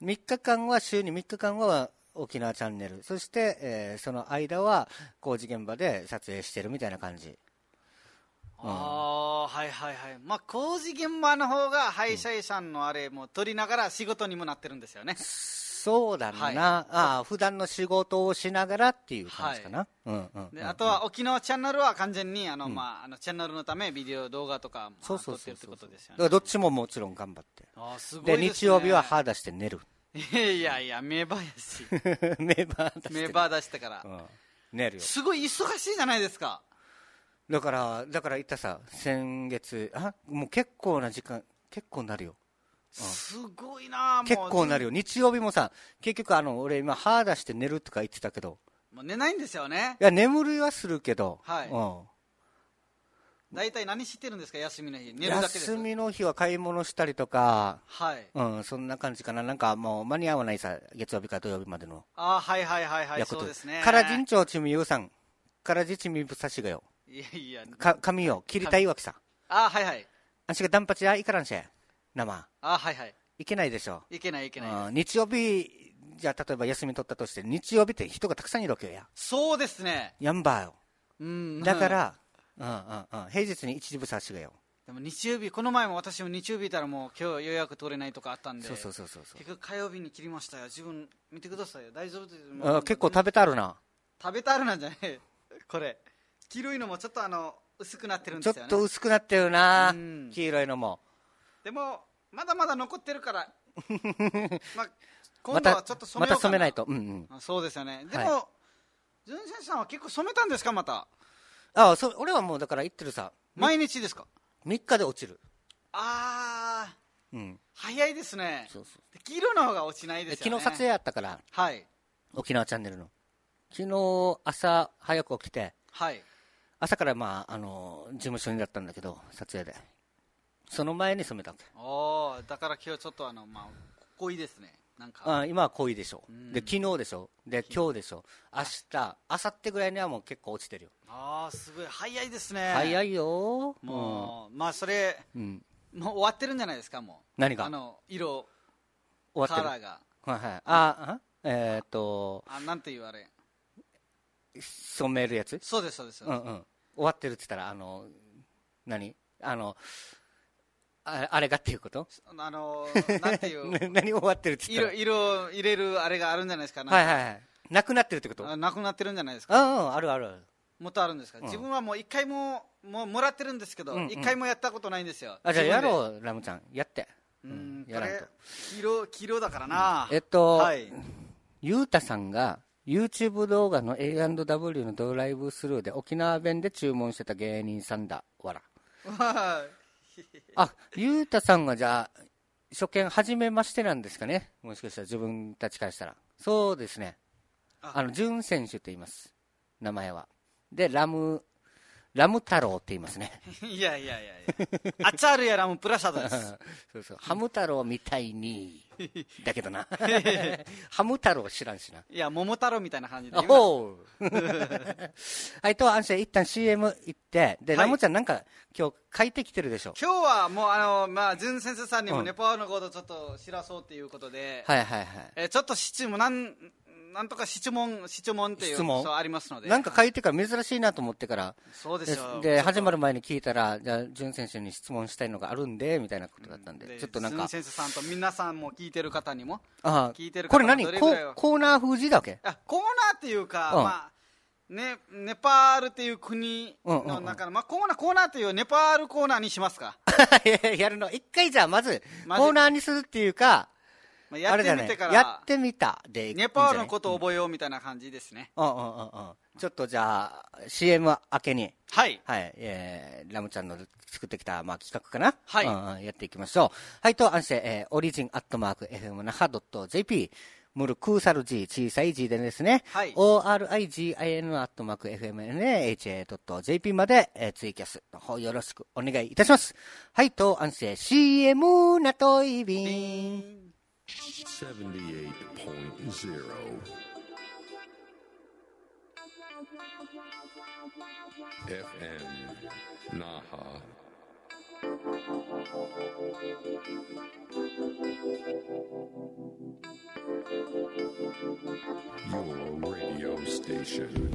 Speaker 1: 3日間は、週に3日間は沖縄チャンネル、そして、えーその間は工事現場で撮影してるみたいな感じ。
Speaker 2: ああはいはいはい、まあ、工事現場の方が、ハイシャイさんのあれも取りながら仕事にもなってるんですよね、
Speaker 1: そうだな、
Speaker 2: はい
Speaker 1: ああ普段の仕事をしながらっていう感じかな、うんうん
Speaker 2: であとは沖縄チャンネルは完全にあの、まあ、あのチャンネルのため、ビデオ、動画とかも
Speaker 1: そう
Speaker 2: 撮
Speaker 1: そう
Speaker 2: っ
Speaker 1: そ
Speaker 2: て
Speaker 1: う
Speaker 2: るって
Speaker 1: そう
Speaker 2: ことです
Speaker 1: だ
Speaker 2: よ
Speaker 1: か
Speaker 2: ね。
Speaker 1: らどっちももちろん頑張って
Speaker 2: あーすごい
Speaker 1: で
Speaker 2: です、ね、
Speaker 1: 日曜日は歯出して寝る *laughs*
Speaker 2: いやいや、名バやし、
Speaker 1: メンバー出して
Speaker 2: 名バ出してから、
Speaker 1: うん、寝るよ
Speaker 2: すごい忙しいじゃないですか、
Speaker 1: だからだから言ったさ先月あもう結構な時間結構なるよ
Speaker 2: すごいなあ、もう
Speaker 1: 結構なるよ日曜日もさ結局あの俺今歯出して寝るとか言ってたけど
Speaker 2: もう寝ないんですよね、
Speaker 1: いや眠りはするけど、
Speaker 2: はい
Speaker 1: うん
Speaker 2: 大体何してるんですか、休みの日、寝るだけです。
Speaker 1: 休みの日は買い物したりとか
Speaker 2: はい
Speaker 1: うん、そんな感じかな、なんかもう間に合わないさ、月曜日から土曜日までの
Speaker 2: あーはいはいはいはい、
Speaker 1: 役
Speaker 2: そ
Speaker 1: と
Speaker 2: うですね。
Speaker 1: からじんちょうちみゆうさん、からじちみぶさしがよ、
Speaker 2: いやいや、
Speaker 1: か髪を切りたいわけさ、
Speaker 2: あーはいはい。
Speaker 1: あんしがダンパチやいからんしゃ、生、
Speaker 2: あはいはい。
Speaker 1: いけないでしょ、
Speaker 2: いけないいけない。
Speaker 1: うん日曜日、じゃあ、例えば休み取ったとして、日曜日って人がたくさんいるわけよや、
Speaker 2: そうですね。
Speaker 1: やんばーよ、
Speaker 2: うん
Speaker 1: だから、うんうんうん、平日に一時ぶ差しがよ、
Speaker 2: *laughs* でも日曜日この前も私も日曜日いたらもう今日予約取れないとかあったんで
Speaker 1: そうそうそうそうそう
Speaker 2: 結局火曜日に切りましたよ自分見てくださいよ大丈夫です
Speaker 1: あ結構食べたあるな、
Speaker 2: 食べたあるなんじゃないこれ黄色いのもちょっとあの薄くなってるん
Speaker 1: ちょ
Speaker 2: で
Speaker 1: っ
Speaker 2: すよね
Speaker 1: と薄くなってるな、
Speaker 2: うん
Speaker 1: 黄色いのも、
Speaker 2: でもまだまだ残ってるから
Speaker 1: *laughs*
Speaker 2: まあ今
Speaker 1: ま
Speaker 2: 度は
Speaker 1: た
Speaker 2: ちょっと染
Speaker 1: ま
Speaker 2: め
Speaker 1: た
Speaker 2: ようか
Speaker 1: 染
Speaker 2: な
Speaker 1: めないと、うんうん、
Speaker 2: あそうですよねでも、
Speaker 1: は
Speaker 2: 純先生さんは結構染めたんですかまた
Speaker 1: あそう俺はもうだから言ってるさ、
Speaker 2: 毎日ですか
Speaker 1: 3日で落ちる、
Speaker 2: ああ
Speaker 1: うん、
Speaker 2: 早いですね
Speaker 1: そうそう
Speaker 2: で黄色の方が落ちない
Speaker 1: で
Speaker 2: ですよ
Speaker 1: 昨
Speaker 2: ね
Speaker 1: 日撮影あったから、
Speaker 2: はい
Speaker 1: 沖縄チャンネルの、昨日朝早く起きて、
Speaker 2: はい
Speaker 1: 朝から、まあ、あの事務所にだったんだけど、撮影で、その前に染めたわけ。
Speaker 2: おーだから今日ちょっとあのまあ濃いですねなんか
Speaker 1: あ今は濃いでしょ、
Speaker 2: うん
Speaker 1: で昨日でしょ、で今日でしょ、明日明後日ぐらいにはもう結構落ちてるよ、
Speaker 2: ああすごい早いですね
Speaker 1: 早
Speaker 2: い
Speaker 1: いよ、
Speaker 2: もう、まあそれ
Speaker 1: うん、うん、
Speaker 2: もう終わってるんじゃないですかもう
Speaker 1: 何が
Speaker 2: あの色
Speaker 1: 終わ
Speaker 2: カ
Speaker 1: ってる、は
Speaker 2: ラ
Speaker 1: い
Speaker 2: ーが
Speaker 1: はい、ああえーっと、
Speaker 2: あなんて言われ
Speaker 1: 染めるやつ、
Speaker 2: そうですそうです、
Speaker 1: うんうん、終わってるって言ったら、あの何あのああれがっていうこと
Speaker 2: あ
Speaker 1: *laughs*
Speaker 2: のーなんていう
Speaker 1: 何終わってるって言った
Speaker 2: 色
Speaker 1: ら、
Speaker 2: 色を入れるあれがあるんじゃないですかなんか
Speaker 1: はいはいはい、なくなってるってこと、あ
Speaker 2: あなくなってるんじゃないですか
Speaker 1: ああるあるある、
Speaker 2: もっとあるんですか、
Speaker 1: ん
Speaker 2: 自分はもう一回ももうもらってるんですけど
Speaker 1: うんうん
Speaker 2: 一、回もやったことないんですよ
Speaker 1: あじゃあや
Speaker 2: う、
Speaker 1: ろう、ラムちゃん、やって、
Speaker 2: うん、こ
Speaker 1: やらんと
Speaker 2: れ黄色黄色だからな、
Speaker 1: えっと、
Speaker 2: はい *laughs*
Speaker 1: ゆうたさんが YouTube 動画の A&W のドライブスルーで沖縄弁で注文してた芸人さんだわらあゆうたさんがじゃあ初見初めましてなんですかねもしかしたら自分たちからしたらそうですね
Speaker 2: あ
Speaker 1: あのジュン選手と言います名前はでラムラム太郎って言いますね
Speaker 2: いやいやいやいや、アチャールやらもプラサダで
Speaker 1: うん *laughs*
Speaker 2: す。
Speaker 1: そうそうハム太郎みたいにだけど
Speaker 2: *laughs*
Speaker 1: なハム太郎知らんしない
Speaker 2: や、桃太郎みたいな感じで。今
Speaker 1: おう *laughs* はい、と、アンシェ、一旦 CM 行って、で、
Speaker 2: はい
Speaker 1: ラモちゃん、なんか、今日、書いてきてるでしょ。
Speaker 2: 日はもう、あの、まあ、ズン先生さんにも
Speaker 1: うん
Speaker 2: ネパールのことをちょっと知らそうということで、
Speaker 1: はいはいは
Speaker 2: えーちょっと質問、なん、なんとか質問、質問っていう
Speaker 1: 質問
Speaker 2: そうありますので。
Speaker 1: い。なんか書いてから珍しいなと思ってから、
Speaker 2: そうで
Speaker 1: です
Speaker 2: よ。
Speaker 1: で始まる前に聞いたら、じゃあ、淳選手に質問したいのがあるんで、みたいなことだったんで、ちょっとなん
Speaker 2: ズン
Speaker 1: か、
Speaker 2: 先生さんと皆さんも聞いてる方にも。
Speaker 1: あ
Speaker 2: 聞いてる方
Speaker 1: これ何
Speaker 2: どれぐ
Speaker 1: コ
Speaker 2: らいは
Speaker 1: コーナー封じだっけ *laughs*
Speaker 2: あコーナーっていうか、
Speaker 1: うん
Speaker 2: まあね、ネパールっていう国の中の、まあ、コーナー、コーナーっていうネパールコーナーに
Speaker 1: *laughs*
Speaker 2: しますか。
Speaker 1: やるの。一回じゃあ、まず、
Speaker 2: まず
Speaker 1: コーナーにするっていうか、
Speaker 2: まあ、や
Speaker 1: あ
Speaker 2: っ
Speaker 1: れだ
Speaker 2: てみ
Speaker 1: ね
Speaker 2: てから。、
Speaker 1: やってみたでいいんじゃ
Speaker 2: ネ
Speaker 1: ない
Speaker 2: パールのことを覚えようみたいな感じですね。
Speaker 1: うんうんうんうん。ちょっとじゃあ、CM 明けに。
Speaker 2: はい。
Speaker 1: はい、えーラムちゃんの作ってきた、まあ、企画かな、
Speaker 2: はい
Speaker 1: うんうんやっていきましょう。はい、と、あんして、えー、オリジンアットマーク FM 那覇 .jp、ムルクーサル G、小さい G でですね、
Speaker 2: はい
Speaker 1: origin アットマーク FMNHA.jp まで、えーツイキャスの方よろしくお願いいたします。はい、と、あんして、CM なといびん。
Speaker 3: 78.0. FM Naha. your radio station.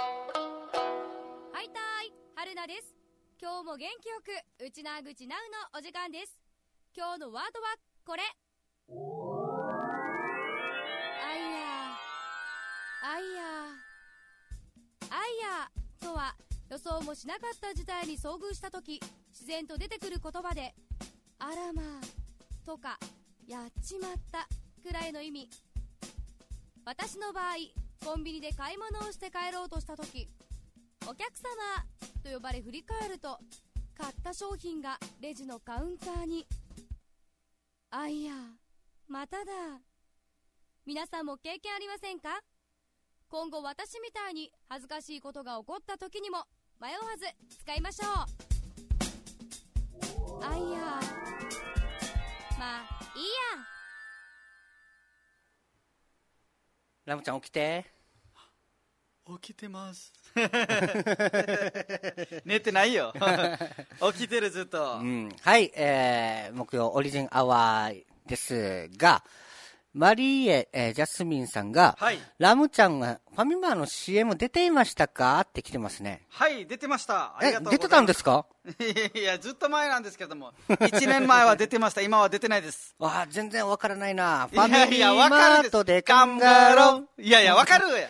Speaker 4: はいたーい、はるなです。今日も元気よく、うちなーぐちなうのお時間です。今日のワードはこれ。あいやー、あいやー、あいやーとは予想もしなかった事態に遭遇したとき、自然と出てくる言葉で、あらまあ、とか、やっちまった、くらいの意味。私の場合、コンビニで買い物をして帰ろうとしたとき、お客様と呼ばれ振り返ると買った商品がレジのカウンターにあいやまただ皆さんも経験ありませんか今後私みたいに恥ずかしいことが起こった時にも迷わず使いましょうあいやまあいいや
Speaker 1: ラムちゃん起きて。
Speaker 2: 起きてます寝てな
Speaker 1: *laughs*
Speaker 2: いよ起きてるずっと、
Speaker 1: うん、はい、えー、木曜オリジンアワーですが、マリーエ、えージャスミンさんが、
Speaker 2: はい
Speaker 1: ラムちゃんがファミマの CM 出ていましたかって来てますね。
Speaker 2: はい出てましたあり
Speaker 1: え
Speaker 2: がとうござい
Speaker 1: 出
Speaker 2: ます
Speaker 1: てたんですか
Speaker 2: いやいやずっと前なんですけれども1年前は出てました今は出てないです
Speaker 1: わあ、全然わからないな。
Speaker 2: い
Speaker 1: ファ
Speaker 2: や
Speaker 1: ミ
Speaker 2: い
Speaker 1: リ
Speaker 2: や
Speaker 1: ー
Speaker 2: わか
Speaker 1: マ
Speaker 2: る
Speaker 1: ートで
Speaker 2: 頑
Speaker 1: 頑
Speaker 2: 張
Speaker 1: 張
Speaker 2: ろ
Speaker 1: ろ
Speaker 2: ういやいや
Speaker 1: *laughs*
Speaker 2: わかるや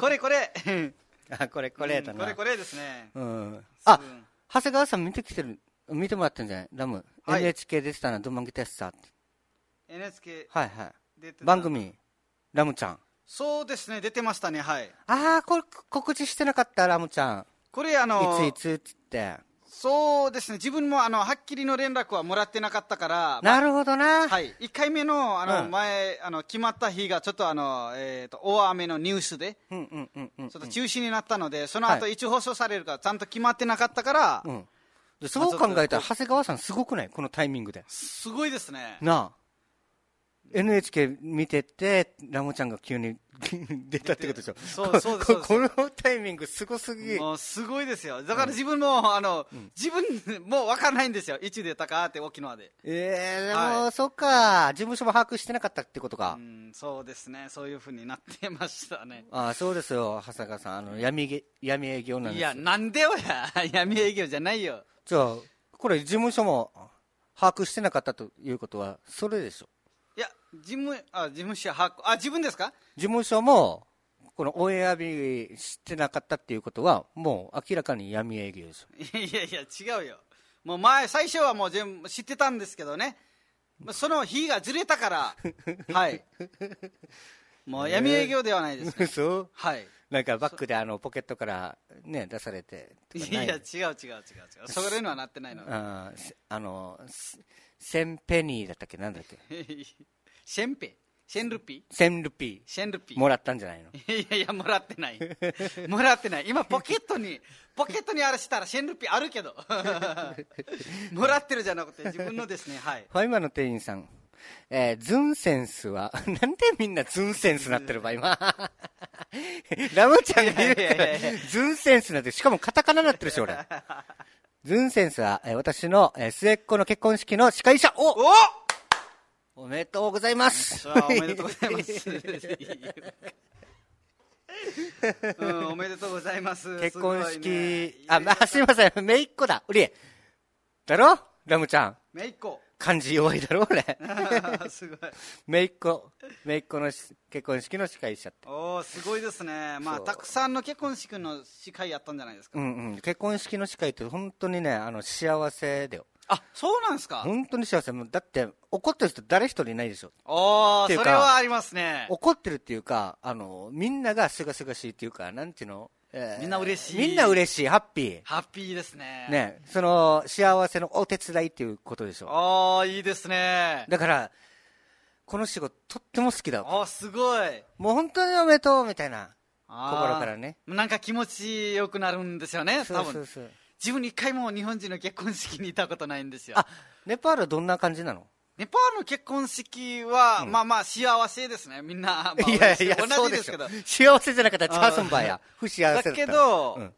Speaker 2: これこれ
Speaker 1: う。あ、これこれだ
Speaker 2: こ
Speaker 1: な。
Speaker 2: れこれですね
Speaker 1: うん。あ、長谷川さん見てきてる、見てもらってんじゃないラム。
Speaker 2: はい
Speaker 1: NHK 出てたな、どんまぎテスターって。
Speaker 2: NHK
Speaker 1: はいはい。
Speaker 2: 出てた
Speaker 1: 番組、ラムちゃん。
Speaker 2: そうですね出てましたねはい
Speaker 1: ああ、これ告知してなかった、ラムちゃん。
Speaker 2: これあの
Speaker 1: いついつっつって。
Speaker 2: そうですね自分もあのはっきりの連絡はもらってなかったから
Speaker 1: なるほど *laughs* な。
Speaker 2: はい、1回目のあの、
Speaker 1: うん
Speaker 2: 前あの決まった日がちょっとあの、えー、と大雨のニュースで
Speaker 1: うんうんうんうん
Speaker 2: ちょっと中止になったので、その後
Speaker 1: はい
Speaker 2: いつ放送されるかちゃんと決まってなかったから、
Speaker 1: うん。でそう考えたら、長谷川さんすごくないこのタイミングで。
Speaker 2: すごいですね
Speaker 1: なあ。NHK 見てて、ラムちゃんが急に *laughs* 出たってことでしょ。
Speaker 2: そうそうです
Speaker 1: こ
Speaker 2: そうです
Speaker 1: このタイミングすごすぎ。
Speaker 2: もうすごいですよだから自分も、あの自分もう分かんないんですよいつ出たかって沖縄で
Speaker 1: ええでも、
Speaker 2: はい
Speaker 1: そっか。事務所も把握してなかったってことか。
Speaker 2: うんそうですねそういうふうになってましたね
Speaker 1: ああ、そうですよ、長谷川さん。あの、闇げ、闇営業なん
Speaker 2: い
Speaker 1: ですよ
Speaker 2: やなんでよや闇営業じゃないよ
Speaker 1: じゃあ、これ事務所も把握してなかったということは、それでしょ。
Speaker 2: いや事務あ事務所把握あ自分ですか
Speaker 1: 事務所も、このオンエア日してなかったっていうことは、もう明らかに闇営業でしょ。
Speaker 2: いやいや違うよもう前最初はもう全部知ってたんですけどねまあその日がずれた
Speaker 1: *laughs*
Speaker 2: からはいもう闇営業ではないです、
Speaker 1: そう
Speaker 2: はい
Speaker 1: なんかバッグであのポケットからね、出されてと
Speaker 2: い
Speaker 1: か
Speaker 2: や
Speaker 1: ない
Speaker 2: 違う違う違う違うそういうのはなってな
Speaker 1: *laughs*
Speaker 2: いの
Speaker 1: あーせあの、せセンペニーだったっけなんだっけ
Speaker 2: シェンペシェンルピ
Speaker 1: センルピ
Speaker 2: シェンルピ
Speaker 1: ーもらったんじゃないの
Speaker 2: いやいやもらってないもらってない今ポケットにポケットにあれしたらシェンルピあるけ
Speaker 1: *laughs*
Speaker 2: どもらってるじゃなくて自分のですね
Speaker 1: *laughs*
Speaker 2: はい
Speaker 1: ファイマの店員さん。えーズンセンスは、 *laughs* なんでみんなズンセンスなってるば、今。 *laughs* ラムちゃんが言うか
Speaker 2: いやいや
Speaker 1: ら
Speaker 2: いやいや、
Speaker 1: ズンセンスなんて、しかもカタカナなってるし、俺。ズンセンスは、えー私の、えー末っ子の結婚式の司会者お
Speaker 2: お
Speaker 1: おめでとうございます
Speaker 2: それはおめでとうございます。うん、おめでとうございます。
Speaker 1: *laughs* 結婚
Speaker 2: すごいね
Speaker 1: 式、あ、まあ、すいません、めいっ子だ。うりえ。だろラムちゃん。
Speaker 2: めいっ子。 *laughs*
Speaker 1: 漢字弱いだろ俺。
Speaker 2: すごい。
Speaker 1: めいっ子。めいっ子のし結婚式の司会者って。
Speaker 2: おお、すごいですね。まあ、
Speaker 1: そう
Speaker 2: たくさんの結婚式の司会やったんじゃないですか。
Speaker 1: うんうん。結婚式の司会って本当にね、あの、幸せだよ。
Speaker 2: あ、そうなんですか。
Speaker 1: 本当に幸せ。もうだって、怒ってる人誰一人いないでしょ。
Speaker 2: お
Speaker 1: っ
Speaker 2: お、
Speaker 1: ていう
Speaker 2: そ
Speaker 1: か
Speaker 2: れはありますね。
Speaker 1: 怒ってるっていうか、あの、みんながすがすがしいっていうか、なんていうの、えー
Speaker 2: みんな嬉しい
Speaker 1: みんな嬉しい、ハッピ
Speaker 2: ハッピーですね。
Speaker 1: ー。。ね。その、幸せのお手伝いっていうことでしょ。
Speaker 2: ああ、いいですね。
Speaker 1: だから、この仕事とっても好きだわ
Speaker 2: あーすごい。
Speaker 1: もう本当におめでとうみたいな。
Speaker 2: あー
Speaker 1: 心からね。
Speaker 2: なんか気持ちよくなるんですよね、
Speaker 1: そ
Speaker 2: 多
Speaker 1: うそう
Speaker 2: 分。
Speaker 1: そう。
Speaker 2: 自分一回も日本人の結婚式にいたことないんですよ。
Speaker 1: あ、ネパールはどんな感じなの
Speaker 2: ネパールの結婚式は、まあまあ幸せですね、みん
Speaker 1: *laughs*
Speaker 2: な。まあ、同じですけど。
Speaker 1: そうでしょ幸せじゃなかったらチャーソンバーや。不幸せだっ
Speaker 2: *laughs* だ
Speaker 1: たら
Speaker 2: けど、
Speaker 1: うん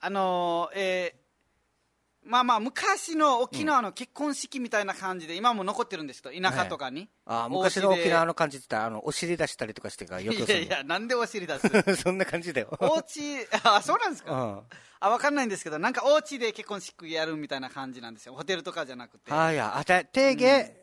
Speaker 2: あのーえーまあまあ、昔の沖縄の結婚式みたいな感じで、今も残ってるんですけど、田舎とかに。
Speaker 1: あー昔の沖縄
Speaker 2: の。
Speaker 1: の感じって言ったら、あの、お尻出したりとかしてから、よく
Speaker 2: いやいや、なんでお尻出す
Speaker 1: *laughs* そんな感じだよ。
Speaker 2: お家あ、そうなんです
Speaker 1: うん。
Speaker 2: か。
Speaker 1: は
Speaker 2: あ、わかんないんですけど、なんかお家で結婚式やるみたいな感じなんですよ。ホテルとかじゃなくて。
Speaker 1: いや、あた、定芸、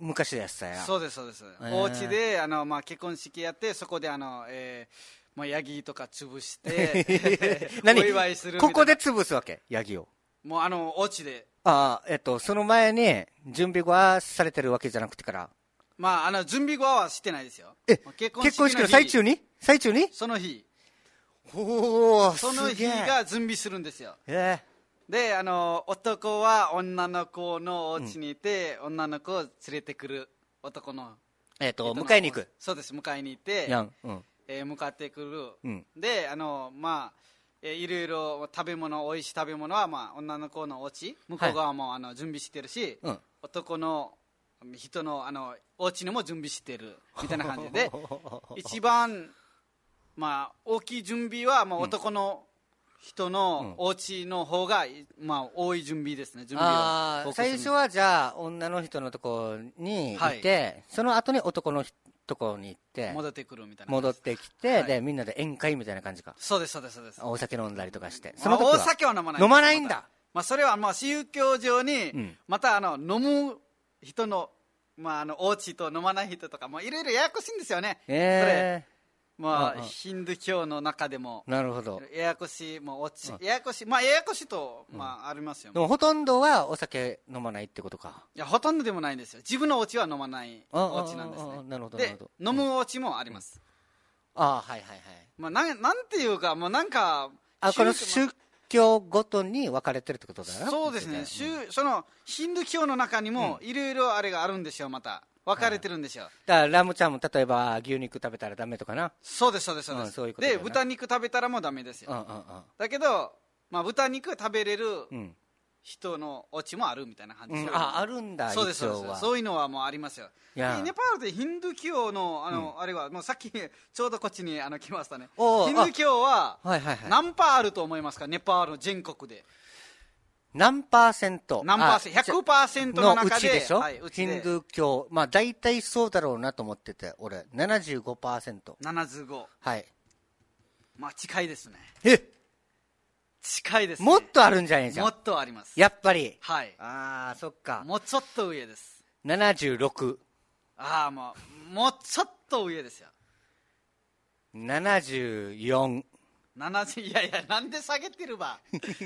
Speaker 1: 昔でやってたや。
Speaker 2: そうですそうです、
Speaker 1: ー
Speaker 2: お家であのまあ結婚式やってそこであの、えーまあヤギとか潰して
Speaker 1: *laughs* *laughs* 何
Speaker 2: お祝いするみた
Speaker 1: こ
Speaker 2: いな
Speaker 1: こで潰すわけ、ヤギを。
Speaker 2: もうあのお家で
Speaker 1: ああ、えっと、その前に、準備はされてるわけじゃなくてから。
Speaker 2: まああの準備後はしてないですよ
Speaker 1: え
Speaker 2: まあ、
Speaker 1: 結婚式の最中
Speaker 2: に
Speaker 1: に最中に
Speaker 2: その日
Speaker 1: おお、
Speaker 2: その
Speaker 1: す
Speaker 2: 日
Speaker 1: げえ。
Speaker 2: が準備するんですよ
Speaker 1: え
Speaker 2: であの男は女の子のお家にいて、女の子を連れてくる男の
Speaker 1: ええっと、迎えに行く。
Speaker 2: そうです迎えに行って
Speaker 1: やん。うん。
Speaker 2: えー向かってくる、
Speaker 1: うん
Speaker 2: であのまあ、えーいろいろ食べ物美味しい食べ物は、まあ、女の子のお家向こう側も、あの準備してるし、 *laughs*
Speaker 1: うん
Speaker 2: 男の
Speaker 1: *laughs*
Speaker 2: 人のあのお家にも準備してるみたいな感じで一番まあ、大きい準備は、まあ、男の人の
Speaker 1: う
Speaker 2: お家の方が、まあ、多い準備ですね準備
Speaker 1: あ
Speaker 2: を多
Speaker 1: あ
Speaker 2: くする
Speaker 1: 最初はじゃあ女の人のとこにい
Speaker 2: はい
Speaker 1: て、その後に男の人とこに行って
Speaker 2: 戻ってくるみたいな
Speaker 1: 戻ってきて、
Speaker 2: はい
Speaker 1: でみんなで宴会みたいな感じか
Speaker 2: そうですそうですそうです
Speaker 1: お酒飲んだりとかして
Speaker 2: まあ
Speaker 1: 時は
Speaker 2: お酒は飲まない
Speaker 1: 飲まないんだ
Speaker 2: まあ、それはまあ宗教上に、
Speaker 1: ん
Speaker 2: またあの飲む人の,、まあ、あのお家と飲まない人とか、まあ、いろいろややこしいんですよね、
Speaker 1: え
Speaker 2: それ、ま
Speaker 1: うんうん
Speaker 2: あ、ヒンドゥー教の中でも
Speaker 1: えなるほど
Speaker 2: ややこしい、まあ、お家ややこしい、まあ、ややこしいと、まあ、ありますよ、
Speaker 1: でもほとんどはお酒飲まないってことか
Speaker 2: いやほとんどでもないんですよ自分のお家は飲まない
Speaker 1: ああ
Speaker 2: お家なんです
Speaker 1: ああ
Speaker 2: ね
Speaker 1: なるほどなる
Speaker 2: で
Speaker 1: ほど
Speaker 2: 飲むお家もあります、
Speaker 1: ああはいはいはい
Speaker 2: まあ、なんなんていうかもうなんか
Speaker 1: あこの
Speaker 2: 宗
Speaker 1: 宗教ごとに分かれてるってことだよ
Speaker 2: そうですね、
Speaker 1: だ
Speaker 2: 宗そのヒンドゥー教の中にもいろいろあれがあるんですよまた分かれてるんですよ、
Speaker 1: からラムちゃんも例えば牛肉食べたらダメとかな
Speaker 2: そうですそうですそうです、
Speaker 1: うんそういうことだ
Speaker 2: で
Speaker 1: よな
Speaker 2: 豚肉食べたらもうダメですよ、
Speaker 1: うんうん
Speaker 2: だけど、まあ、豚肉食べれる
Speaker 1: うん
Speaker 2: 人のオチもあるみたいな感じ
Speaker 1: う
Speaker 2: で
Speaker 1: ん、
Speaker 2: す
Speaker 1: う
Speaker 2: よ、
Speaker 1: ん、ああるんだ
Speaker 2: そうですそうで
Speaker 1: 一応は
Speaker 2: すそういうのはもうありますよ
Speaker 1: いや
Speaker 2: でネパールでヒンドゥー教のあの、あれはもうさっき *laughs* ちょうどこっちにあの来ましたねヒン
Speaker 1: おー
Speaker 2: ドゥー教は
Speaker 1: はいはいはい
Speaker 2: 何パーあると思いますかネパールの全国で
Speaker 1: 何パーセント
Speaker 2: 何パーセン
Speaker 1: あち
Speaker 2: ト
Speaker 1: ょ
Speaker 2: 100%の
Speaker 1: のう
Speaker 2: 中
Speaker 1: ち
Speaker 2: で
Speaker 1: でしょ、
Speaker 2: はい、う
Speaker 1: ヒ
Speaker 2: ち
Speaker 1: ン
Speaker 2: で
Speaker 1: ドゥー教、まあ、大体そうだろうなと思ってて、俺、75%、
Speaker 2: 75
Speaker 1: はい、
Speaker 2: まあ近いですね
Speaker 1: え
Speaker 2: 近いですね
Speaker 1: もっとあるんじゃねえじゃ
Speaker 2: も
Speaker 1: ん
Speaker 2: っ、とあります
Speaker 1: やっぱり、
Speaker 2: はい
Speaker 1: ああ、そっか、
Speaker 2: もうちょっと上です
Speaker 1: 76、
Speaker 2: ああもうもうちょっと上ですよ
Speaker 1: 74、
Speaker 2: 70いやいやなんで下げて
Speaker 1: *laughs*
Speaker 2: るば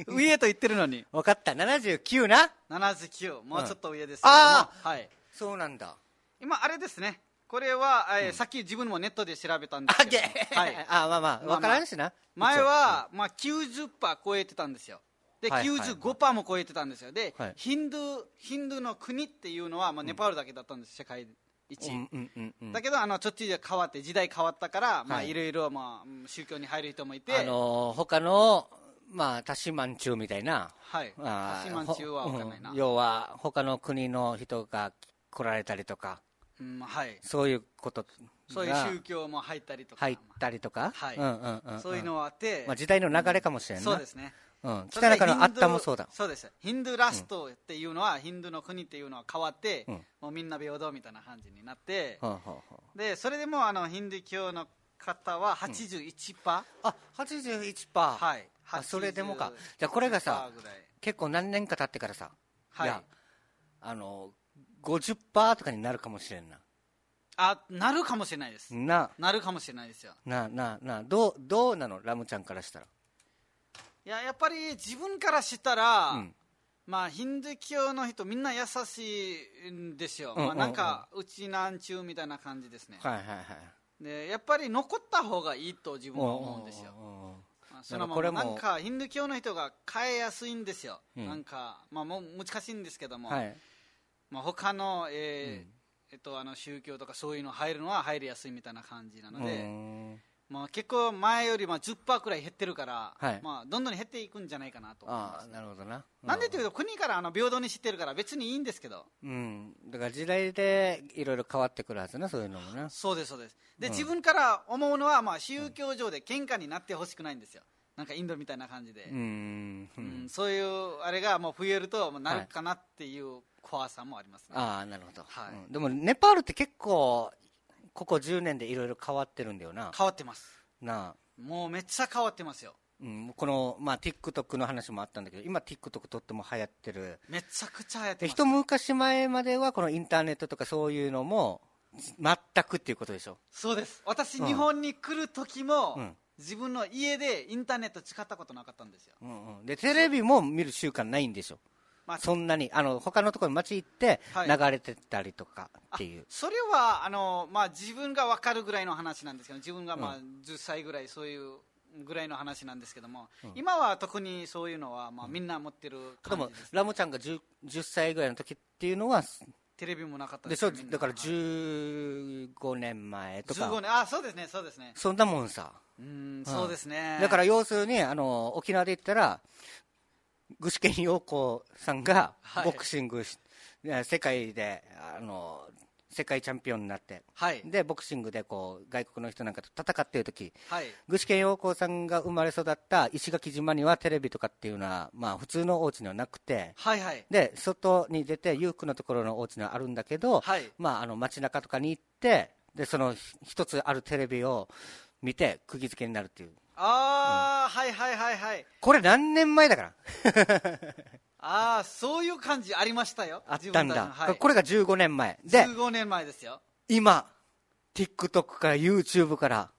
Speaker 2: 上と言ってるのに
Speaker 1: 分かった、79な、
Speaker 2: 79もうちょっと上ですけども、
Speaker 1: あ
Speaker 2: はい
Speaker 1: そうなんだ、
Speaker 2: 今あれですねこれは、えーさっき自分もネットで調べたんです
Speaker 1: あ
Speaker 2: け
Speaker 1: *laughs* げ
Speaker 2: ど、はい、
Speaker 1: あまあまあ、分からんしな、
Speaker 2: 前は、まあ、90%超えてたんですよで、
Speaker 1: はいはいはい
Speaker 2: 95%も超えてたんですよで、
Speaker 1: はい
Speaker 2: ヒンドゥーヒンドゥーの国っていうのは、まあ、ネパールだけだったんです、世界一、
Speaker 1: 一応、うんうんうんうん、
Speaker 2: だけどあのちょっと変わって時代変わったから、まあ、
Speaker 1: はい
Speaker 2: いろいろ、まあ、うん宗教に入る人もいて
Speaker 1: あのー他の、まあ、タシマンチュみたいな。
Speaker 2: はい。
Speaker 1: あー
Speaker 2: 八万中は分かんないな。
Speaker 1: ほうん要は他の国の人が来られたりとか
Speaker 2: うん、はい。
Speaker 1: そういうことが
Speaker 2: そういう宗教も入ったりとか。
Speaker 1: 入ったりとか、
Speaker 2: はい
Speaker 1: うんうんうんうん
Speaker 2: そういうのはあって。
Speaker 1: まあ、時代の流れかもしれんない、
Speaker 2: そうですね。
Speaker 1: うん、北中のあったもそうだ
Speaker 2: そうです。ヒンドゥーラストっていうのは、ヒンドゥーの国っていうのは変わって、
Speaker 1: うん
Speaker 2: もうみんな平等みたいな感じになって、
Speaker 1: ほうほうほう
Speaker 2: で、それでもあの、ヒンドゥー教の方は81%、パ
Speaker 1: あ81%パー、
Speaker 2: はい。
Speaker 1: あそれでもか
Speaker 2: 80
Speaker 1: じゃあこれがさ
Speaker 2: ぐらい
Speaker 1: 結構何年か経ってからさ、
Speaker 2: はい
Speaker 1: やあの50%とかになるかもしれんな
Speaker 2: あ、なるかもしれないです。
Speaker 1: な
Speaker 2: なるかもしれないですよ。
Speaker 1: なななどうどうなのラムちゃんからしたら
Speaker 2: いややっぱり自分からしたら、
Speaker 1: うん
Speaker 2: まあヒンドゥー教の人みんな優しいんですよ、
Speaker 1: うんうんうん
Speaker 2: まあ、なんかうちなんちゅうみたいな感じですね、
Speaker 1: はいはいはい
Speaker 2: でやっぱり残った方がいいと自分は思うんですよ
Speaker 1: おうおうおうおう
Speaker 2: まあそ
Speaker 1: な
Speaker 2: の
Speaker 1: んかこれも
Speaker 2: なんかヒンドゥー教の人が変えやすいんですよ、
Speaker 1: うん
Speaker 2: なんかまあもう難しいんですけども、
Speaker 1: はい
Speaker 2: まあ他の,、えーえっと、あの宗教とかそういうの入るのは入りやすいみたいな感じなので、
Speaker 1: うん
Speaker 2: まあ、結構前よりまあ10%くらい減ってるから、
Speaker 1: はい
Speaker 2: まあ、どんどん減っていくんじゃないかなと思いま
Speaker 1: あ
Speaker 2: す
Speaker 1: あなるほどな
Speaker 2: なんでというと国からあの平等にしてるから別にいいんですけど
Speaker 1: うんだから時代でいろいろ変わってくるはずなそういうのもな
Speaker 2: そうですそうですで、自分から思うのはまあ宗教上で喧嘩になってほしくないんですよなんかインドみたいな感じで
Speaker 1: う、んう
Speaker 2: うん
Speaker 1: ん
Speaker 2: そういうあれがもう増えるともうなるかなっていう怖さもありますね、
Speaker 1: ああなるほど、
Speaker 2: はい
Speaker 1: うんでもネパールって結構ここ10年でいろいろ変わってるんだよな
Speaker 2: 変わってます
Speaker 1: なあ、
Speaker 2: もうめっちゃ変わってますよ
Speaker 1: うん、この、まあ、TikTok の話もあったんだけど今 TikTok とっても流行ってる
Speaker 2: めちゃくちゃ流行って
Speaker 1: で
Speaker 2: ます
Speaker 1: 一昔前まではこのインターネットとかそういうのも全くっていうことでしょ
Speaker 2: そうです私、
Speaker 1: うん
Speaker 2: 日本に来る時も、
Speaker 1: うん
Speaker 2: 自分の家でインターネット使ったことなかったんですよ、
Speaker 1: うんうん、でテレビも見る習慣ないんでしょ
Speaker 2: まあ、
Speaker 1: そんなにあの他のところに街行って
Speaker 2: はい
Speaker 1: 流れてたりとかっていう、
Speaker 2: それはあの、まあ、自分が分かるぐらいの話なんですけど自分がまあ10歳ぐらいそういうぐらいの話なんですけども、今は特にそういうのは、まあ、みんな持ってる
Speaker 1: で
Speaker 2: 感じ
Speaker 1: も
Speaker 2: です、
Speaker 1: ラムちゃんが 10, 10歳ぐらいの時っていうのは
Speaker 2: テレビもなかった
Speaker 1: でしょ
Speaker 2: みんな
Speaker 1: だから
Speaker 2: はい
Speaker 1: 15年前と
Speaker 2: 15
Speaker 1: か
Speaker 2: 年あそうですねそうですね
Speaker 1: そんなもんさ
Speaker 2: うんそうですね
Speaker 1: だから要するにあの沖縄で言ったら具志堅用高さんが
Speaker 2: はい
Speaker 1: ボクシングし、ね世界であの世界チャンピオンになって、
Speaker 2: はい
Speaker 1: でボクシングでこう外国の人なんかと戦っている時
Speaker 2: はい
Speaker 1: 具志堅用高さんが生まれ育った石垣島にはテレビとかっていうのは、まあ、普通のお家にはなくて、
Speaker 2: はいはい
Speaker 1: で外に出て裕福なところのお家にはあるんだけど、
Speaker 2: はい
Speaker 1: まあ、あの街中とかに行ってでそのひ一つあるテレビを見て釘付けになるっていう
Speaker 2: ああ、はいはいはいはい
Speaker 1: これ何年前だから
Speaker 2: ああそういう感じありましたよ
Speaker 1: あったん
Speaker 2: 自分
Speaker 1: だ、
Speaker 2: ちのはい、
Speaker 1: これが15年前で
Speaker 2: 15年前ですよ
Speaker 1: 今 TikTok から YouTube から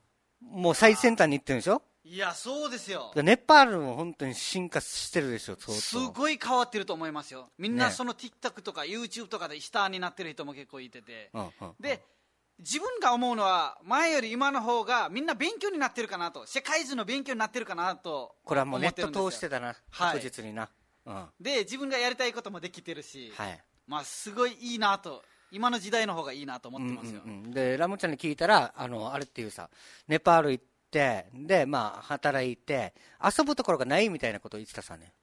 Speaker 1: もう最先端に行ってるんでしょ
Speaker 2: いやそうですよ
Speaker 1: ネパールも本当に進化してるでしょ相当
Speaker 2: すごい変わってると思いますよみんな
Speaker 1: ね
Speaker 2: その TikTok とか YouTube とかでスターになってる人も結構いてて、
Speaker 1: うんうんうん
Speaker 2: で自分が思うのは前より今の方がみんな勉強になってるかなと世界中の勉強になってるかなと
Speaker 1: これはもうネ
Speaker 2: 思っ
Speaker 1: ッ
Speaker 2: てる
Speaker 1: ト
Speaker 2: んです
Speaker 1: 通
Speaker 2: よ
Speaker 1: してたな
Speaker 2: はい
Speaker 1: 確実にな、うんは
Speaker 2: で自分がやりたいこともできてるし、
Speaker 1: い
Speaker 2: まあすごいいいなと今の時代の方がいいなと思ってますよ、
Speaker 1: うんうんうんでラムちゃんに聞いたらあのあれっていうさネパール行ってでまあ働いて遊ぶところがないみたいなことを言ってたさね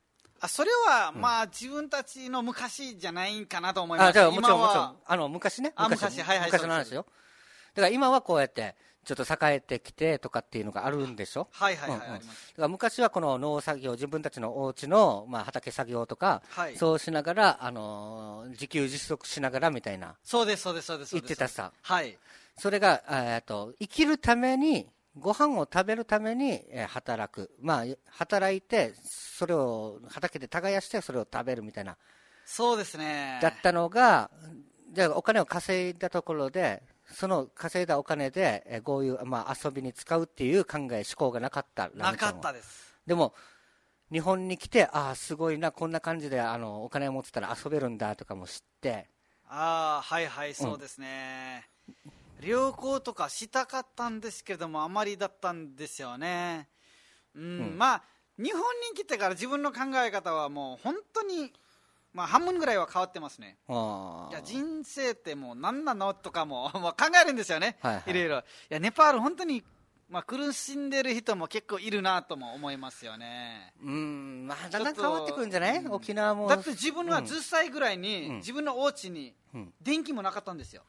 Speaker 2: あそれはまあ自分たちの昔じゃないんかなと思います
Speaker 1: あじゃあもちろん
Speaker 2: 今
Speaker 1: も
Speaker 2: は
Speaker 1: ちろんあの昔ね
Speaker 2: あ昔はいはい
Speaker 1: 昔の話よだから今はこうやってちょっと栄えてきてとかっていうのがあるんでしょ
Speaker 2: はいはいはい、
Speaker 1: うんうん
Speaker 2: あります
Speaker 1: だから昔はこの農作業、自分たちのお家のまあ畑作業とか、
Speaker 2: はい
Speaker 1: そうしながら、あのー自給自足しながらみたいな、
Speaker 2: そうですそうですそうですそう
Speaker 1: 言っ
Speaker 2: です
Speaker 1: てたさ、
Speaker 2: はい
Speaker 1: それが、えーっと生きるために、ご飯を食べるためにえー働く、まあ、働いて、それを畑で耕して、それを食べるみたいな、
Speaker 2: そうですね
Speaker 1: だったのが、じゃあお金を稼いだところで、その稼いだお金で、えーこういう、まあ、遊びに使うっていう考え、思考がなかった、ラ
Speaker 2: な
Speaker 1: ムちゃ
Speaker 2: か
Speaker 1: んは
Speaker 2: ったです
Speaker 1: でも、日本に来て、ああ、すごいな、こんな感じであのお金を持ってたら遊べるんだとかも知って、
Speaker 2: ああはいはいそうですね、旅行とかしたかったんですけれどもあまりだったんですよねうん、まあ日本に来てから自分の考え方はもう本当にまあ半分ぐらいは変わってますね
Speaker 1: ああ
Speaker 2: いや人生ってもう何なのとかも *laughs* もう考えるんですよね、
Speaker 1: はいいはい
Speaker 2: ろいろいやネパール本当に、まあ、苦しんでる人も結構いるなとも思いますよね
Speaker 1: うーん、まあ、だん
Speaker 2: ちょ
Speaker 1: だ
Speaker 2: っ
Speaker 1: ん
Speaker 2: と
Speaker 1: 変わってくるんじゃない、
Speaker 2: うん
Speaker 1: 沖縄も。
Speaker 2: だって自分は
Speaker 1: うん
Speaker 2: 10歳ぐらいに、
Speaker 1: うん
Speaker 2: 自分のお家に
Speaker 1: うん
Speaker 2: 電気もなかったんですよ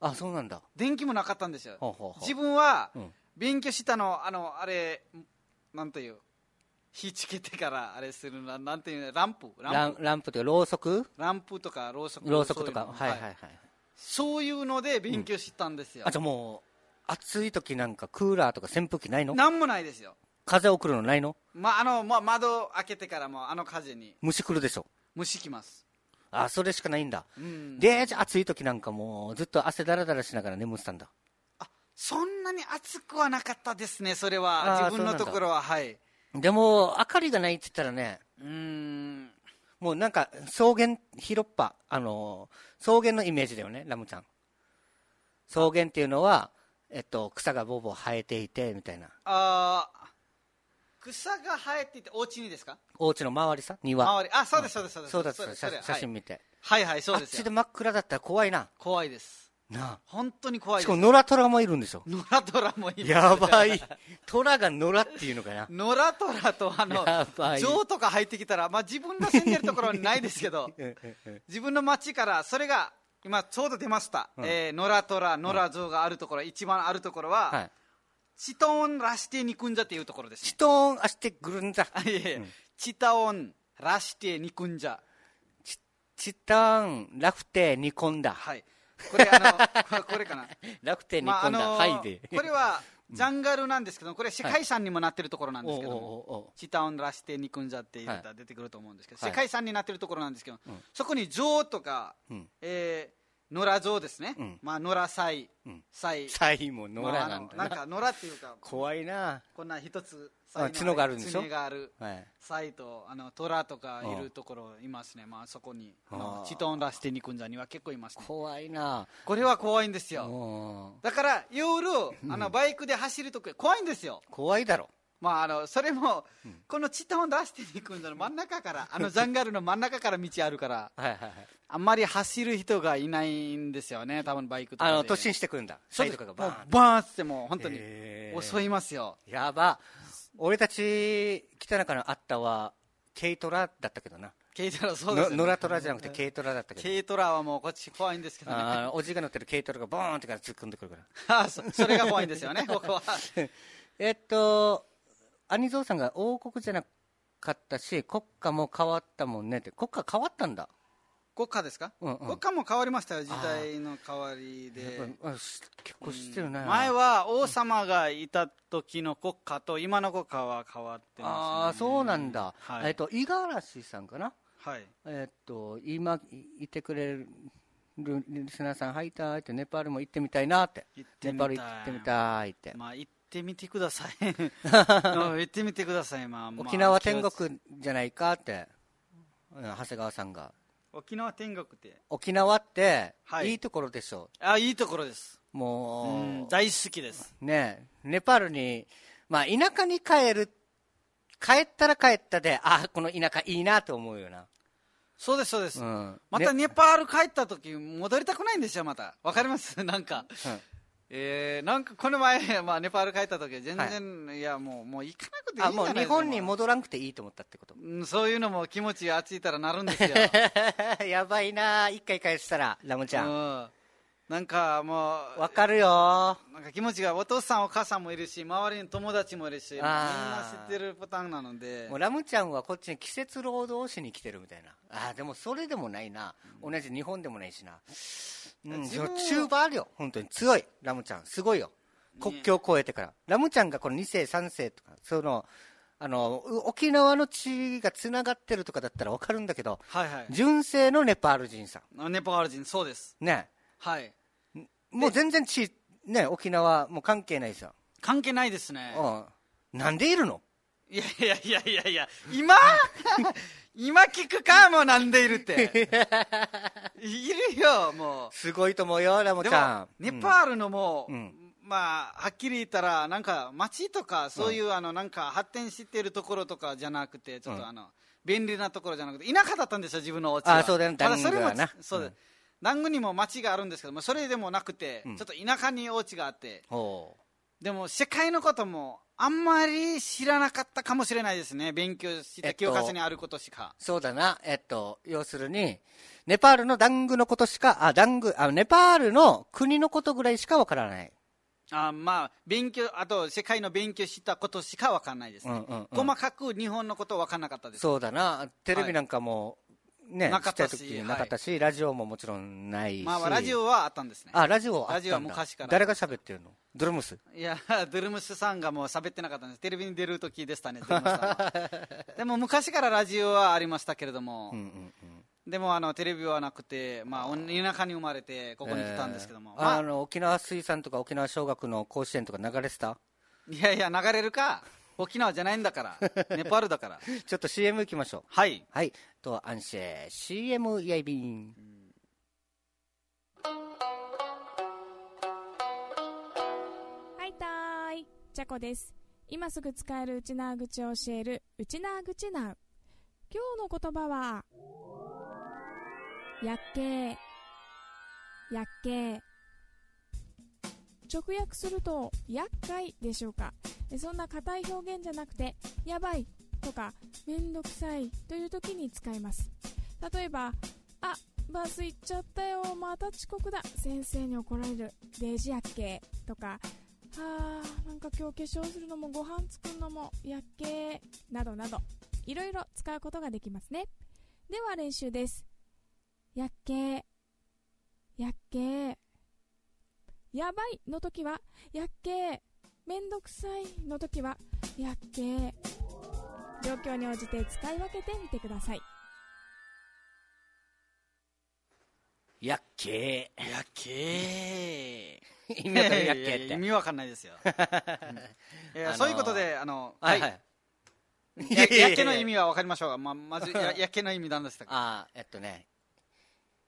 Speaker 1: あそうなんだ。
Speaker 2: 電気もなかったんですよ
Speaker 1: ほうほうほう
Speaker 2: 自分は
Speaker 1: うん
Speaker 2: 勉強したのあのあれなんという火つけてからあれするななんていうのランプ
Speaker 1: ラ
Speaker 2: ラン
Speaker 1: ン
Speaker 2: プ
Speaker 1: ランプというか、ろうそく
Speaker 2: ランプとかろうそく
Speaker 1: ろうそくと
Speaker 2: そ
Speaker 1: か、
Speaker 2: ういうの
Speaker 1: はいはいは
Speaker 2: はい
Speaker 1: い。
Speaker 2: そういうので勉強したんですよ
Speaker 1: あ、じゃあもう、暑い時なんかクーラーとか扇風機ないの
Speaker 2: なんもないですよ
Speaker 1: 風送るのないの
Speaker 2: まああのまあ、窓開けてからもあの風に
Speaker 1: 虫来るでしょ。
Speaker 2: 虫きます、
Speaker 1: あ、それしかないんだ。
Speaker 2: うん、
Speaker 1: で、じゃあ暑い時なんかもう、ずっと汗だらだらしながら眠ってたんだ。
Speaker 2: あそんなに暑くはなかったですねそれは
Speaker 1: あー
Speaker 2: 自分のところははい
Speaker 1: でも、明かりがないって言ったらね、
Speaker 2: うーん
Speaker 1: もうなんか草原広っ端あのー草原のイメージだよねラムちゃん草原っていうのは、えっと、草がボーボー生えていてみたいな
Speaker 2: あー草が生えていてお家にですか
Speaker 1: お家の周りさ庭
Speaker 2: 周りあそうですそうですそうです
Speaker 1: そうだった
Speaker 2: です
Speaker 1: 写
Speaker 2: す
Speaker 1: 写真見て、
Speaker 2: はいはいそう
Speaker 1: あっ
Speaker 2: です
Speaker 1: ち
Speaker 2: よ
Speaker 1: で真っ暗だったら怖いな
Speaker 2: 怖いです
Speaker 1: な
Speaker 2: 本当に
Speaker 1: あ
Speaker 2: 怖い
Speaker 1: し
Speaker 2: で
Speaker 1: か
Speaker 2: す
Speaker 1: も野良虎もいるんでしょ
Speaker 2: 野良虎もいます
Speaker 1: やばい虎が野良っていうのか
Speaker 2: *laughs*
Speaker 1: な
Speaker 2: 野良虎とあの
Speaker 1: やばい
Speaker 2: 象とか入ってきたら、まあ、自分の住んでるところにないです
Speaker 1: *laughs*
Speaker 2: けど自分の町からそれが今ちょうど出ました、えー野良虎野良象があるところ、一番あるところは、
Speaker 1: はい
Speaker 2: チトーンラシティニクンジャっていうところです、ね
Speaker 1: チ、トーンあしてぐるんだ
Speaker 2: あ *laughs* いえいえチタオンラシティニクンジャ
Speaker 1: チチターンラフテー煮込んだ
Speaker 2: はいこれあ
Speaker 1: *laughs*
Speaker 2: のこれこれかな
Speaker 1: ラフテー煮
Speaker 2: まあ
Speaker 1: 込
Speaker 2: あ
Speaker 1: んだ、
Speaker 2: の
Speaker 1: はいで
Speaker 2: これはジャンガルなんです
Speaker 1: *laughs*
Speaker 2: けどこれ世界遺産にもなってるところなんですけども、
Speaker 1: おうおうおうおう
Speaker 2: チタオンラシテニクンジャって言ったら出てくると思うんですけど、
Speaker 1: はい
Speaker 2: 世界遺産になってるところなんですけど、そこに象とか、
Speaker 1: ん
Speaker 2: えー野良象ですね、
Speaker 1: うん
Speaker 2: まあ、野良サイ、サイ
Speaker 1: サイも野良
Speaker 2: まあ
Speaker 1: な
Speaker 2: あ
Speaker 1: ん
Speaker 2: の
Speaker 1: だ
Speaker 2: なんか野良っていうか
Speaker 1: 怖いな
Speaker 2: こんな一つ
Speaker 1: あ角があるんでしょ
Speaker 2: 角がある、
Speaker 1: はい
Speaker 2: サイとあの虎とかいるところいますね、まあ、そこにあのチタオンラシテニクンジャには結構います、ね、
Speaker 1: 怖いな
Speaker 2: これは怖いんです
Speaker 1: う
Speaker 2: よ
Speaker 1: ん
Speaker 2: だから夜あのバイクで走るとき怖いんですよ
Speaker 1: 怖いだろ
Speaker 2: まあ、あのそれも、このチタンを出していくんだの真ん中から、
Speaker 1: *laughs*
Speaker 2: あのジャンガルの真ん中から道あるから、
Speaker 1: はいはいはい
Speaker 2: あんまり走る人がいないんですよね、多分バイクとか
Speaker 1: あ
Speaker 2: で。
Speaker 1: の突進してくるんだサ
Speaker 2: そう
Speaker 1: イ
Speaker 2: で
Speaker 1: と
Speaker 2: す
Speaker 1: かが
Speaker 2: もう
Speaker 1: バーン
Speaker 2: バーンって、もう本当に
Speaker 1: へー
Speaker 2: 襲いますよ、
Speaker 1: やば俺たち北中のあったは軽トラだったけどな
Speaker 2: 軽トラ、そうで
Speaker 1: の
Speaker 2: すよね
Speaker 1: 野良トラじゃなくて軽トラだったけど
Speaker 2: 軽トラはもうこっち怖いんですけどね。あ
Speaker 1: あーおじいが乗ってる軽トラがボーンってから突っ込んでくるから
Speaker 2: *laughs* あそそれが怖いんですよね、僕
Speaker 1: *laughs*
Speaker 2: は。
Speaker 1: えっと、兄蔵さんが王国じゃなかったし、国家も変わったもんねって、国家変わったんだ、
Speaker 2: 国家ですか、
Speaker 1: うんうん
Speaker 2: 国家も変わりましたよ、時代の変わりで。
Speaker 1: あし結構知ってるね、
Speaker 2: 前は王様がいた時の国家と今の国家は変わって
Speaker 1: あ
Speaker 2: ま
Speaker 1: あ
Speaker 2: すね。
Speaker 1: そうなんだ、
Speaker 2: はい
Speaker 1: えっと五十嵐さんかな、
Speaker 2: はい。
Speaker 1: えっと今いいてくれるリスナーさん、はいたーいって、ネパールも行ってみたいなって、
Speaker 2: 行って
Speaker 1: ネ
Speaker 2: みた
Speaker 1: パ
Speaker 2: い
Speaker 1: ール行ってみたいって、
Speaker 2: まあ行ってみてください。
Speaker 1: *laughs*
Speaker 2: うん行ってみてください、まあ。まあ
Speaker 1: 沖縄天。国じゃないかって、うん長谷川さんが、
Speaker 2: 沖縄天国って。
Speaker 1: 沖縄って、
Speaker 2: はい
Speaker 1: い、いところでしょ、
Speaker 2: あ、いいところです。う
Speaker 1: もう。
Speaker 2: ん、大好きです。
Speaker 1: ねえ、ネパールに、まあ、田舎に帰る、帰ったら帰ったで、あこの田舎いいなと思うよな。
Speaker 2: そうです、そうです。
Speaker 1: うん。
Speaker 2: また
Speaker 1: ね、
Speaker 2: ネパール帰った時戻りたくないんですよまたわかります *laughs* なんか、
Speaker 1: うん
Speaker 2: えー、なんかこの前、まあ、ネパール帰った時全然、い、やもうもう行かなくていいんじゃな
Speaker 1: あ、
Speaker 2: いです
Speaker 1: もう
Speaker 2: か
Speaker 1: 日本に戻らなくていいと思ったって
Speaker 2: *laughs*
Speaker 1: こと。 *laughs*
Speaker 2: うんそういうのも気持ちが熱いたらなるんですよ、
Speaker 1: やばいな一回返したら、ラムち
Speaker 2: う
Speaker 1: ゃん。
Speaker 2: ん、なんかも
Speaker 1: わかるよ
Speaker 2: うなんか気持ちがお父さんお母さんもいるし周りに友達もいるしみんな
Speaker 1: あー
Speaker 2: 知ってるパターンなので
Speaker 1: もうラムちゃんはこっちに季節労働しに来てるみたいな。あーでもそれでもないな。同じ日本でもないしな。うん、
Speaker 2: 自
Speaker 1: その
Speaker 2: 分は
Speaker 1: 中盤あるよ。本当に強い。ラムちゃん。すごいよ。国境を越えてから。ラムちゃんがこの2世、3世とか、その、あの、う沖縄の地がつながってるとかだったらわかるんだけど、
Speaker 2: はいはい
Speaker 1: 純正のネパール人さ
Speaker 2: あネパール人そうです
Speaker 1: ん。ね。
Speaker 2: はい
Speaker 1: もう全然地、ね、沖縄もう関係ないさ。
Speaker 2: 関係ないですね
Speaker 1: うん。なんでいるの
Speaker 2: いやいやいやいやいや、
Speaker 1: *laughs*
Speaker 2: 今今聞くか、もうなんでいる
Speaker 1: *laughs*
Speaker 2: って。いるよ、も
Speaker 1: すごいと思うよ、ラ
Speaker 2: う。
Speaker 1: ム
Speaker 2: で
Speaker 1: ち
Speaker 2: も
Speaker 1: ゃん。、
Speaker 2: ネパールのもう、
Speaker 1: うん
Speaker 2: まあ、はっきり言ったら、なんか、街とか、そういう、あの、なんか、発展してるところとかじゃなくて、ちょっ
Speaker 1: う
Speaker 2: と
Speaker 1: ん
Speaker 2: あの、便利なところじゃなくて、田舎だったんですよ、自分のお家は。
Speaker 1: あそうだよね
Speaker 2: ただそれ
Speaker 1: ダ
Speaker 2: も
Speaker 1: ングはな
Speaker 2: そうで
Speaker 1: うん
Speaker 2: す。ダングにも街があるんですけども、それでもなくて、
Speaker 1: うん
Speaker 2: ちょっと田舎にお家があって、
Speaker 1: ほう。
Speaker 2: でも世界のこともあんまり知らなかったかもしれないですね、勉強した教科書にあることしか。
Speaker 1: そうだな、えっと、要するに、ネパールのダングのことしか、あ、ダング、あ、ネパールの国のことぐらいしかわからない。
Speaker 2: あまあ、勉強、あと世界の勉強したことしか分かんないですね、
Speaker 1: うんうんうん
Speaker 2: 細かく日本のこと分かんなかったです。
Speaker 1: そうだな、テレビなんかも、ね、
Speaker 2: なかった
Speaker 1: ち
Speaker 2: し
Speaker 1: っちゃい時になかったし、ラジオももちろんないし。
Speaker 2: まあ、ラジオはあったんですね。
Speaker 1: あ、ラジオあったんだ
Speaker 2: ラジオは昔から
Speaker 1: 誰が喋ってるのドルムス。
Speaker 2: いや、 *laughs* ドゥルムスさんがもう喋ってなかったんです、テレビに出る時でしたね、ドゥルムスさん *laughs* はでも昔からラジオはありましたけれども、
Speaker 1: うんうんうん。
Speaker 2: でもあのテレビはなくて、まあ、お田舎に生まれて、ここに来たんですけども、
Speaker 1: えー
Speaker 2: まあ
Speaker 1: あの、沖縄水産とか沖縄小学の甲子園とか流れてた
Speaker 2: いやいや、流れるか、沖縄じゃないんだ *laughs* から、ネパールだから。
Speaker 1: ちょっと CM 行きましょう。
Speaker 2: はい。
Speaker 1: はい。と、安心 CM やいびん。
Speaker 5: はいたーい、じゃこです。今すぐ使えるうちなーぐちを教える、うちなーぐちなう。今日の言葉は、やっけー。やっけー。直訳すると、厄介でしょうか。えそんな硬い表現じゃなくて、やばいとか、めんどくさいという時に使います。例えば、あ、バス行っちゃったよ、また遅刻だ、先生に怒られる、デジやっけーとか、はあなんか今日化粧するのもご飯作るのもやっけーなどなどいろいろ使うことができますねでは練習ですやっけーやっけーやばいの時はやっけーめんどくさいの時はやっけー状況に応じて使い分けてみてください
Speaker 1: やっけー。
Speaker 2: やっけ
Speaker 1: *laughs*
Speaker 2: ー。
Speaker 1: 意味わかるやっけ
Speaker 2: いや
Speaker 1: ーっ
Speaker 2: い
Speaker 1: て
Speaker 2: *laughs* や意。味わかんないですよ。 *laughs* いや
Speaker 1: あのー
Speaker 2: そういうことで、あの、
Speaker 1: は
Speaker 2: はいい。
Speaker 1: はい。
Speaker 2: ややっけの意
Speaker 1: を。
Speaker 2: 味はわかりましょうが、まあ、まず、ややっけの意味なんでしたか。
Speaker 1: ああ、えっとね、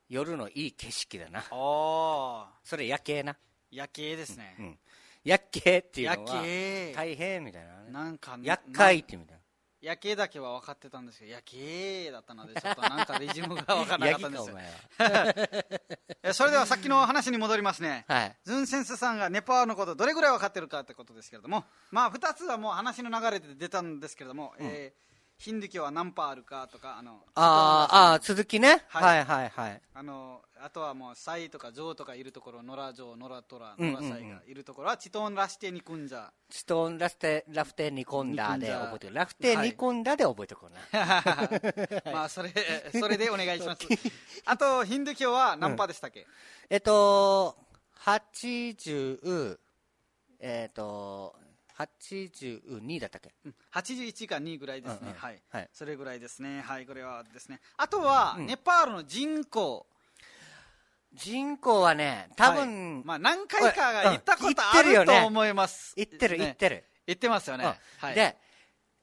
Speaker 1: 夜のいい景色だな。
Speaker 2: おー、
Speaker 1: それ夜景な。
Speaker 2: やっけーですね
Speaker 1: う。ん。夜景っていう
Speaker 2: やっ
Speaker 1: の
Speaker 2: け
Speaker 1: は、
Speaker 2: ー。
Speaker 1: 大変みたいなね。
Speaker 2: なんか、
Speaker 1: 厄介っ
Speaker 2: な。
Speaker 1: て意味だ。
Speaker 2: やっけーだけは分かってたんですけど、やっけーだったので、ちょっとなんかリズムが分からなか
Speaker 1: ヤ
Speaker 2: っ
Speaker 1: ギ
Speaker 2: た
Speaker 1: *laughs*
Speaker 2: んで
Speaker 1: か、お
Speaker 2: すよ
Speaker 1: 前は。
Speaker 2: えそれではさっきの話に戻りますね。
Speaker 1: はい。
Speaker 2: ズンセンスさんがネパールのことどれぐらい分かってるかってことですけれども、まあ、2つはもう話の流れで出たんですけれども、えーヒンドゥー教は何パーあるかとかあの
Speaker 1: あーあー、続きね。
Speaker 2: は
Speaker 1: はいいはいはい。
Speaker 2: あのあとはもうサイとかジョウとかいるところノラジョウノラトラ
Speaker 1: うん
Speaker 2: ノ
Speaker 1: うんう
Speaker 2: ラ
Speaker 1: ん
Speaker 2: サイがいるところはチトンラシテニクンジャ
Speaker 1: チトンラフテ、ラフテ煮込んだで
Speaker 2: 煮込んだ
Speaker 1: 覚えてる。ラフテ煮込んだで覚えてこな。
Speaker 2: まあそれそれでお願いしますあとヒンドゥー教は何パーでしたっけ、
Speaker 1: *laughs* えっと、80、えっと、82だったっけ
Speaker 2: うん81か2ぐらいですね、
Speaker 1: うんうん
Speaker 2: はい
Speaker 1: はい
Speaker 2: それぐらいですね、はい、これはですね、あとは、
Speaker 1: うん
Speaker 2: ネパールの人口、
Speaker 1: 人口はね、多分、
Speaker 2: はいまあ、何回かが行ったこと
Speaker 1: うん行
Speaker 2: あ
Speaker 1: ってるよ
Speaker 2: る
Speaker 1: ね
Speaker 2: と思います、
Speaker 1: 行ってる
Speaker 2: ね
Speaker 1: 行ってる。
Speaker 2: 行ってますよね、
Speaker 1: うん
Speaker 2: はい、
Speaker 1: で、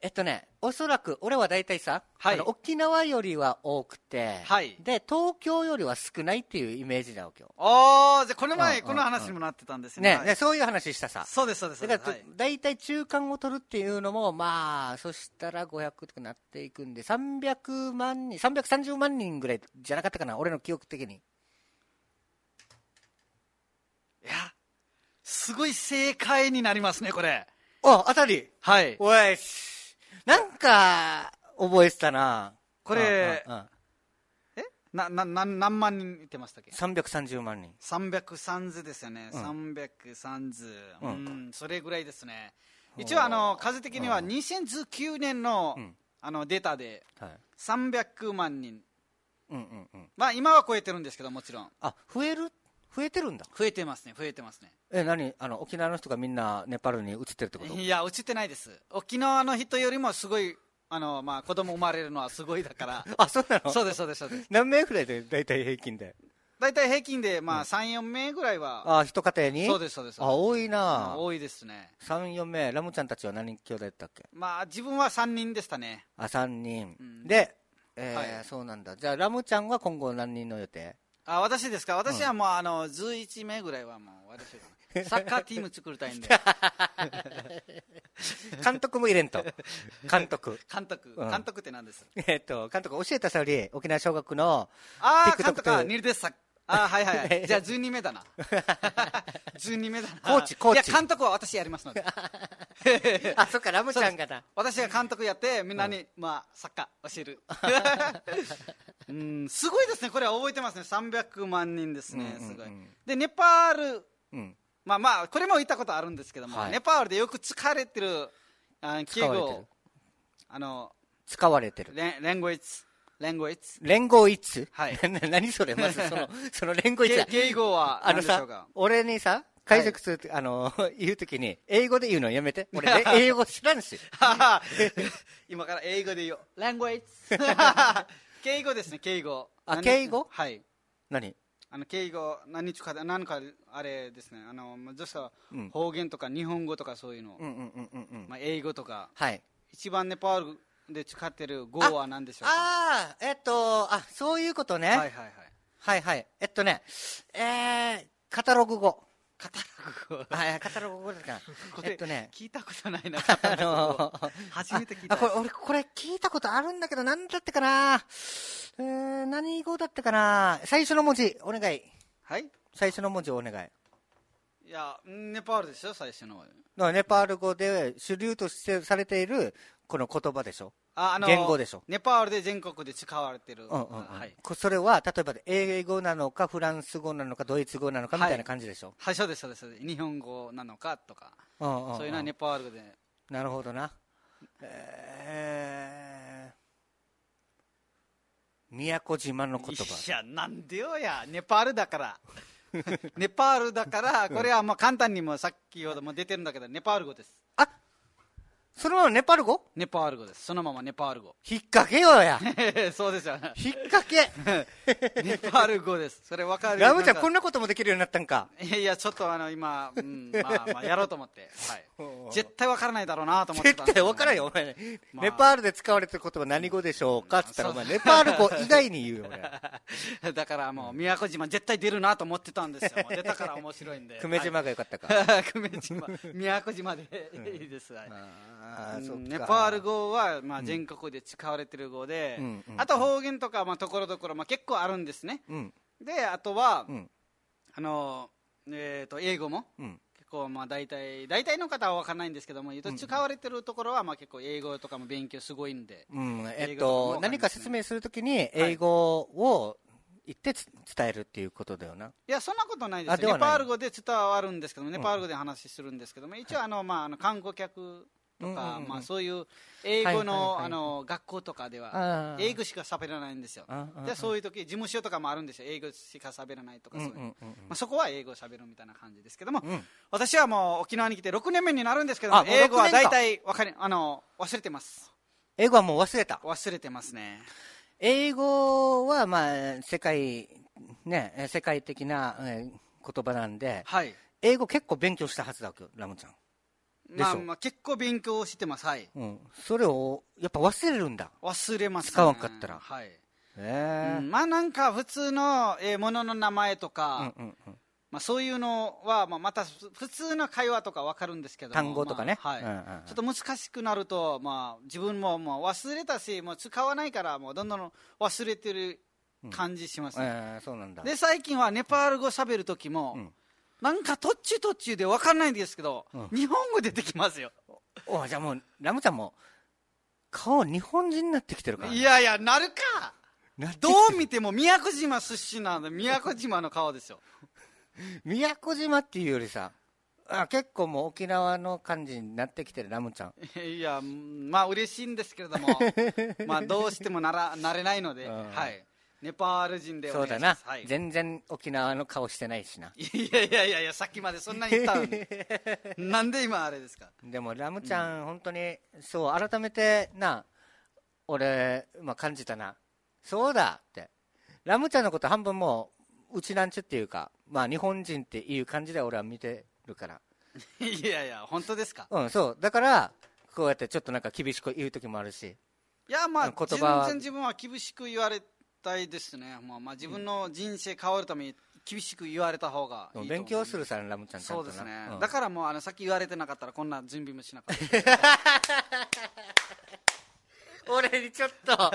Speaker 1: えっとね、おそらく、俺は大体さ、
Speaker 2: はい
Speaker 1: あの沖縄よりは多くて、
Speaker 2: はい
Speaker 1: で、東京よりは少ないっていうイメージなわけよ。
Speaker 2: おー、じゃあこの
Speaker 1: うんう
Speaker 2: 前、
Speaker 1: ん
Speaker 2: この話にもなってたんですよね
Speaker 1: ね、
Speaker 2: はい
Speaker 1: ねそういう話したさ。
Speaker 2: そうです、そうです、そう
Speaker 1: だ
Speaker 2: で
Speaker 1: か
Speaker 2: す、
Speaker 1: ら
Speaker 2: はい、、
Speaker 1: 大体中間を取るっていうのも、まあ、そしたら500とかなっていくんで、300万人、330万人ぐらいじゃなかったかな、俺の記憶的に。
Speaker 2: いや、すごい正解になりますね、これ、
Speaker 1: あ、あたり
Speaker 2: はい、
Speaker 1: おいし。なんか、覚えてたな。
Speaker 2: これ
Speaker 1: うんうんうん
Speaker 2: ななな何万人行ってましたっけ
Speaker 1: 330万人。
Speaker 2: 303図ですよね、303図、う
Speaker 1: うんん
Speaker 2: それぐらいですね、一応あの、数的には
Speaker 1: うん
Speaker 2: 2019年の,、
Speaker 1: うん
Speaker 2: あのデータで
Speaker 1: はい。
Speaker 2: 300万人、
Speaker 1: うんうんうん。
Speaker 2: まあ、今は超えてるんですけど、もちろん、
Speaker 1: あ、増える増えてるんだ。
Speaker 2: 増えてますね、増えてますね、
Speaker 1: え、何あの、沖縄の人がみんなネパールに移ってるってこと
Speaker 2: いや、映ってないです、沖縄の人よりもすごい、あのまあ、子供生まれるのはすごい
Speaker 1: *laughs*
Speaker 2: だから、
Speaker 1: あ、そうなの
Speaker 2: そうです、そうです、そうです、
Speaker 1: 何名くらいで大体平均で。
Speaker 2: 大体平均で、まあ、3、4名ぐらいは、
Speaker 1: あ、一家庭に
Speaker 2: そうです、そうです、
Speaker 1: あ、多い
Speaker 2: まあ
Speaker 1: な
Speaker 2: 多いですね、
Speaker 1: 三四名、ラムちゃんたちは何人兄弟だったっけ
Speaker 2: まあ、自分は3人でしたね。
Speaker 1: あ、三人。
Speaker 2: ん
Speaker 1: で、えー
Speaker 2: はい
Speaker 1: そうなんだ。じゃあ、ラムちゃんは今後何人の予
Speaker 2: *laughs*
Speaker 1: 定
Speaker 2: あ私ですか、私はもう、あの11名ぐらいはもう、私
Speaker 1: *laughs*
Speaker 2: はサッカーチーム作りたいんで、
Speaker 1: 監督も入れ
Speaker 2: *laughs*
Speaker 1: んと。監督。
Speaker 2: 監督、
Speaker 1: うん
Speaker 2: 監督って何です
Speaker 1: えっと、監督、教えたさより、沖縄小学
Speaker 2: *laughs*
Speaker 1: の、
Speaker 2: ああ、
Speaker 1: TikTok
Speaker 2: 監督はニルデッサ、あーはいは
Speaker 1: *laughs*
Speaker 2: いはい、じゃあ12名だな、12名だな、
Speaker 1: コーチコーチ
Speaker 2: いや、監督は私やりますので、
Speaker 1: あ、そっか、ラムちゃんがな。
Speaker 2: 私が監督やって、みんなに、まあ、サッカー教える、 *laughs* うん、すごいですね、これは覚えてますね、300万人ですね、
Speaker 1: うんうんうん
Speaker 2: すごい。で、ネパール
Speaker 1: うん。
Speaker 2: まあまあ、これも言ったことあるんですけども、
Speaker 1: はい
Speaker 2: ネパールでよく使われてるあの敬
Speaker 1: 使われて
Speaker 2: 語を
Speaker 1: る、
Speaker 2: あの、
Speaker 1: 使われてる。
Speaker 2: レンレンゴイツ、レンゴイツ。
Speaker 1: 連合一致
Speaker 2: はい
Speaker 1: *laughs* なな何それまずそ
Speaker 2: *laughs*
Speaker 1: の、その連合一致
Speaker 2: げ
Speaker 1: だ
Speaker 2: 敬語は
Speaker 1: あ
Speaker 2: 何
Speaker 1: の
Speaker 2: でしょう
Speaker 1: さ
Speaker 2: か、
Speaker 1: 俺にさ、解釈する、あの、 *laughs* 言うときに、英語で言うのやめて。俺、
Speaker 2: *laughs*
Speaker 1: え英語知らんし。*laughs*
Speaker 2: はは今から英語で言おう。レンゴイツ。敬語ですね、敬語。
Speaker 1: あ
Speaker 2: 何
Speaker 1: 敬語
Speaker 2: はい。
Speaker 1: 何
Speaker 2: あの敬語、何日かで、何かあれですね、あの、まあ女子は
Speaker 1: うん
Speaker 2: 方言とか日本語とかそういうの、
Speaker 1: うんうんうんうんうん。
Speaker 2: まあ、英語とか、
Speaker 1: はい。
Speaker 2: 一番ネパールで使ってる語は何でしょうか
Speaker 1: ああ、えっと、あ、そういうことね。
Speaker 2: はいは
Speaker 1: はいい、
Speaker 2: はい。
Speaker 1: はい、えっとね、えー、カタログ語。
Speaker 2: カタログ語。
Speaker 1: はい、カタログ語だ
Speaker 2: *laughs*
Speaker 1: から。
Speaker 2: これ
Speaker 1: えっとね、
Speaker 2: 聞いたことない
Speaker 1: *laughs*
Speaker 2: な、
Speaker 1: あのー、
Speaker 2: 初めて聞い
Speaker 1: あ
Speaker 2: た
Speaker 1: あこれ、俺、これ聞いたことあるんだけど、何だったかなえー、何語だったかな最初の文字、お願い。
Speaker 2: はい
Speaker 1: 最初の文字をお願い。
Speaker 2: いやネパールですよ最初のは
Speaker 1: だからネパール語で主流としてされているこの言葉でしょ、
Speaker 2: ああの
Speaker 1: 言語でしょ
Speaker 2: ネパールで全国で使われてる、
Speaker 1: うんうんうん
Speaker 2: はい、
Speaker 1: こそれは例えば英語なのかフランス語なのかドイツ語なのかみたいな感じでしょ、
Speaker 2: はい、そうですそうですそうです日本語なのかとか
Speaker 1: うんうんうん
Speaker 2: そういうのはネパール語で
Speaker 1: なるほどな、えー、宮古島の言
Speaker 2: い
Speaker 1: 葉
Speaker 2: やなんでよやネパールだから
Speaker 1: *laughs*
Speaker 2: ネパールだからこれはまあ簡単にもうさっきほども出てるんだけどネパール語です
Speaker 1: あそのままネパール語
Speaker 2: ネパール語ですそのままネパール語 *laughs*
Speaker 1: 引っ掛けようや
Speaker 2: そうです
Speaker 1: *laughs*
Speaker 2: よね
Speaker 1: 引っ掛
Speaker 2: *laughs*
Speaker 1: け
Speaker 2: ネパール語ですそれわかる
Speaker 1: ラムちゃん
Speaker 2: な
Speaker 1: こ
Speaker 2: か
Speaker 1: んなこともできるようになったんか
Speaker 2: いやいや、ちょっとあの、今、うん、まあ、まあ、やろうと思って。
Speaker 1: おう
Speaker 2: は
Speaker 1: *laughs* お
Speaker 2: い。
Speaker 1: う
Speaker 2: 絶対わからないだろうなと思って
Speaker 1: 絶
Speaker 2: たんですけ
Speaker 1: 対
Speaker 2: ど。
Speaker 1: 分からんよ、お前、
Speaker 2: まあ
Speaker 1: ネパールで使われてる言葉何語でしょうかって言ったら、お前、ネパール語以外に言うよ、
Speaker 2: *laughs*
Speaker 1: 俺。
Speaker 2: *laughs* だからもう、宮古島絶対出るなと思ってたんですよ。もう出たから面白いんで。
Speaker 1: 久米島が良かったか。
Speaker 2: はい。 *laughs* 久米島。宮古島でいいです。はい
Speaker 1: あ
Speaker 2: うん
Speaker 1: ーそっか
Speaker 2: ネパール語は、まあ、全国で使われてる語で、
Speaker 1: うんうん
Speaker 2: あと方言とか、まあ、ところどころ、まあ、結構あるんですね。
Speaker 1: うん、
Speaker 2: で、あとは、
Speaker 1: うん、
Speaker 2: あの、えっ、と、英語も
Speaker 1: うん。
Speaker 2: 結構まあ大体大体の方は分からないんですけども途中買われてるところはまあ結構英語とかも勉強すごいんで、
Speaker 1: うん、えっ
Speaker 2: 英語
Speaker 1: と
Speaker 2: の、
Speaker 1: 何か説明するときに、英語を言ってつ伝えるっていうことだよな。
Speaker 2: いやそんなことないで
Speaker 1: あ
Speaker 2: す
Speaker 1: で
Speaker 2: よ
Speaker 1: は
Speaker 2: ネ
Speaker 1: ない
Speaker 2: パール語で伝わるんですけどもネパール語で話するんですけども一応あのまああの観光客
Speaker 1: う
Speaker 2: と
Speaker 1: んうん
Speaker 2: か
Speaker 1: うん
Speaker 2: まあそういう英語
Speaker 1: はいはいはい
Speaker 2: の
Speaker 1: はい
Speaker 2: あの学校とかで
Speaker 1: あ
Speaker 2: は
Speaker 1: あ
Speaker 2: 英語しか喋らないんですよ
Speaker 1: あああ
Speaker 2: でそういう時事務所とかもあるんですよ英語しか喋らないとかそういう
Speaker 1: うんうんうんうん
Speaker 2: まあそこは英語を喋るみたいな感じですけども
Speaker 1: うん
Speaker 2: 私はもう沖縄に来て6年目になるんですけども
Speaker 1: あもう
Speaker 2: 英語は
Speaker 1: 六年
Speaker 2: 大
Speaker 1: か
Speaker 2: 体わかりあの忘れてます
Speaker 1: 英語はもう忘れた。
Speaker 2: 忘れてますね
Speaker 1: 英語は、まあ、世界、ね、え世界的な、えー言葉なんで、
Speaker 2: はい
Speaker 1: 英語結構勉強したはずだわけよ、ラムちゃん。でしょ
Speaker 2: まあまあ結構勉強してますはい
Speaker 1: うん。それを、やっぱ忘れるんだ。
Speaker 2: 忘れますね
Speaker 1: 使わんかったら
Speaker 2: はい
Speaker 1: え
Speaker 2: うんまあなんか普通のえーものの名前と
Speaker 1: え
Speaker 2: か、
Speaker 1: うんうんうん。
Speaker 2: まあ、そういうのは、まあ、またふ普通の会話とか分かるんですけども
Speaker 1: 単語とかね
Speaker 2: まあはい
Speaker 1: うんうんうん
Speaker 2: ちょっと難しくなると、まあ、自分ももう忘れたしもう使わないからもうどんどん忘れてる感じします、ね
Speaker 1: ええそうなんだ。
Speaker 2: で最近はネパール語喋る時も、
Speaker 1: うん
Speaker 2: なんか途中途中で分かんないんですけど、
Speaker 1: うん
Speaker 2: 日本語出てきますよ
Speaker 1: おじゃあもう、ラムちゃんも、顔日本人になってきてるからね、
Speaker 2: いやいやなるか
Speaker 1: なってきて
Speaker 2: ど
Speaker 1: る
Speaker 2: う見ても宮古島出
Speaker 1: *laughs*
Speaker 2: 身なんで宮古島の顔ですよ
Speaker 1: 宮古島っていうよりさあ結構もう沖縄の感じになってきてるラムちゃん
Speaker 2: いや、まあ嬉しいんですけれ
Speaker 1: *laughs*
Speaker 2: ども、まあどうしてもならなれないので、
Speaker 1: うん
Speaker 2: はい、ネパール人で
Speaker 1: そう
Speaker 2: お願いし
Speaker 1: だ
Speaker 2: ま
Speaker 1: な、
Speaker 2: す。はい、
Speaker 1: 全然沖縄の顔してないしない
Speaker 2: やいやいやいや、さっきまでそんなに言ったのに、なんで今、あれですか、
Speaker 1: でもラムちゃん、本当にそう改めてな俺、まあ、感じたなそうだってラムちゃんのこと半分もううちなんちゅっていうかまあ日本人っていう感じで俺は見てるから
Speaker 2: いやいや、本当ですか、
Speaker 1: うんそうだからこうやってちょっとなんか厳しく言う時もあるし
Speaker 2: いや、まあ、
Speaker 1: 言葉
Speaker 2: 全
Speaker 1: は
Speaker 2: 然自分は厳しく言われたいですね、まあ、まあ、自分の人生変わるために、厳しく言われた方がいいと思う
Speaker 1: 勉強するさラムちゃんちゃん
Speaker 2: そ
Speaker 1: と
Speaker 2: う
Speaker 1: な
Speaker 2: ですね、
Speaker 1: うん
Speaker 2: だからもうあのさっき言われてなかったらこんな準備もしなかった
Speaker 1: 俺にちょっ
Speaker 2: *laughs*
Speaker 1: と *laughs*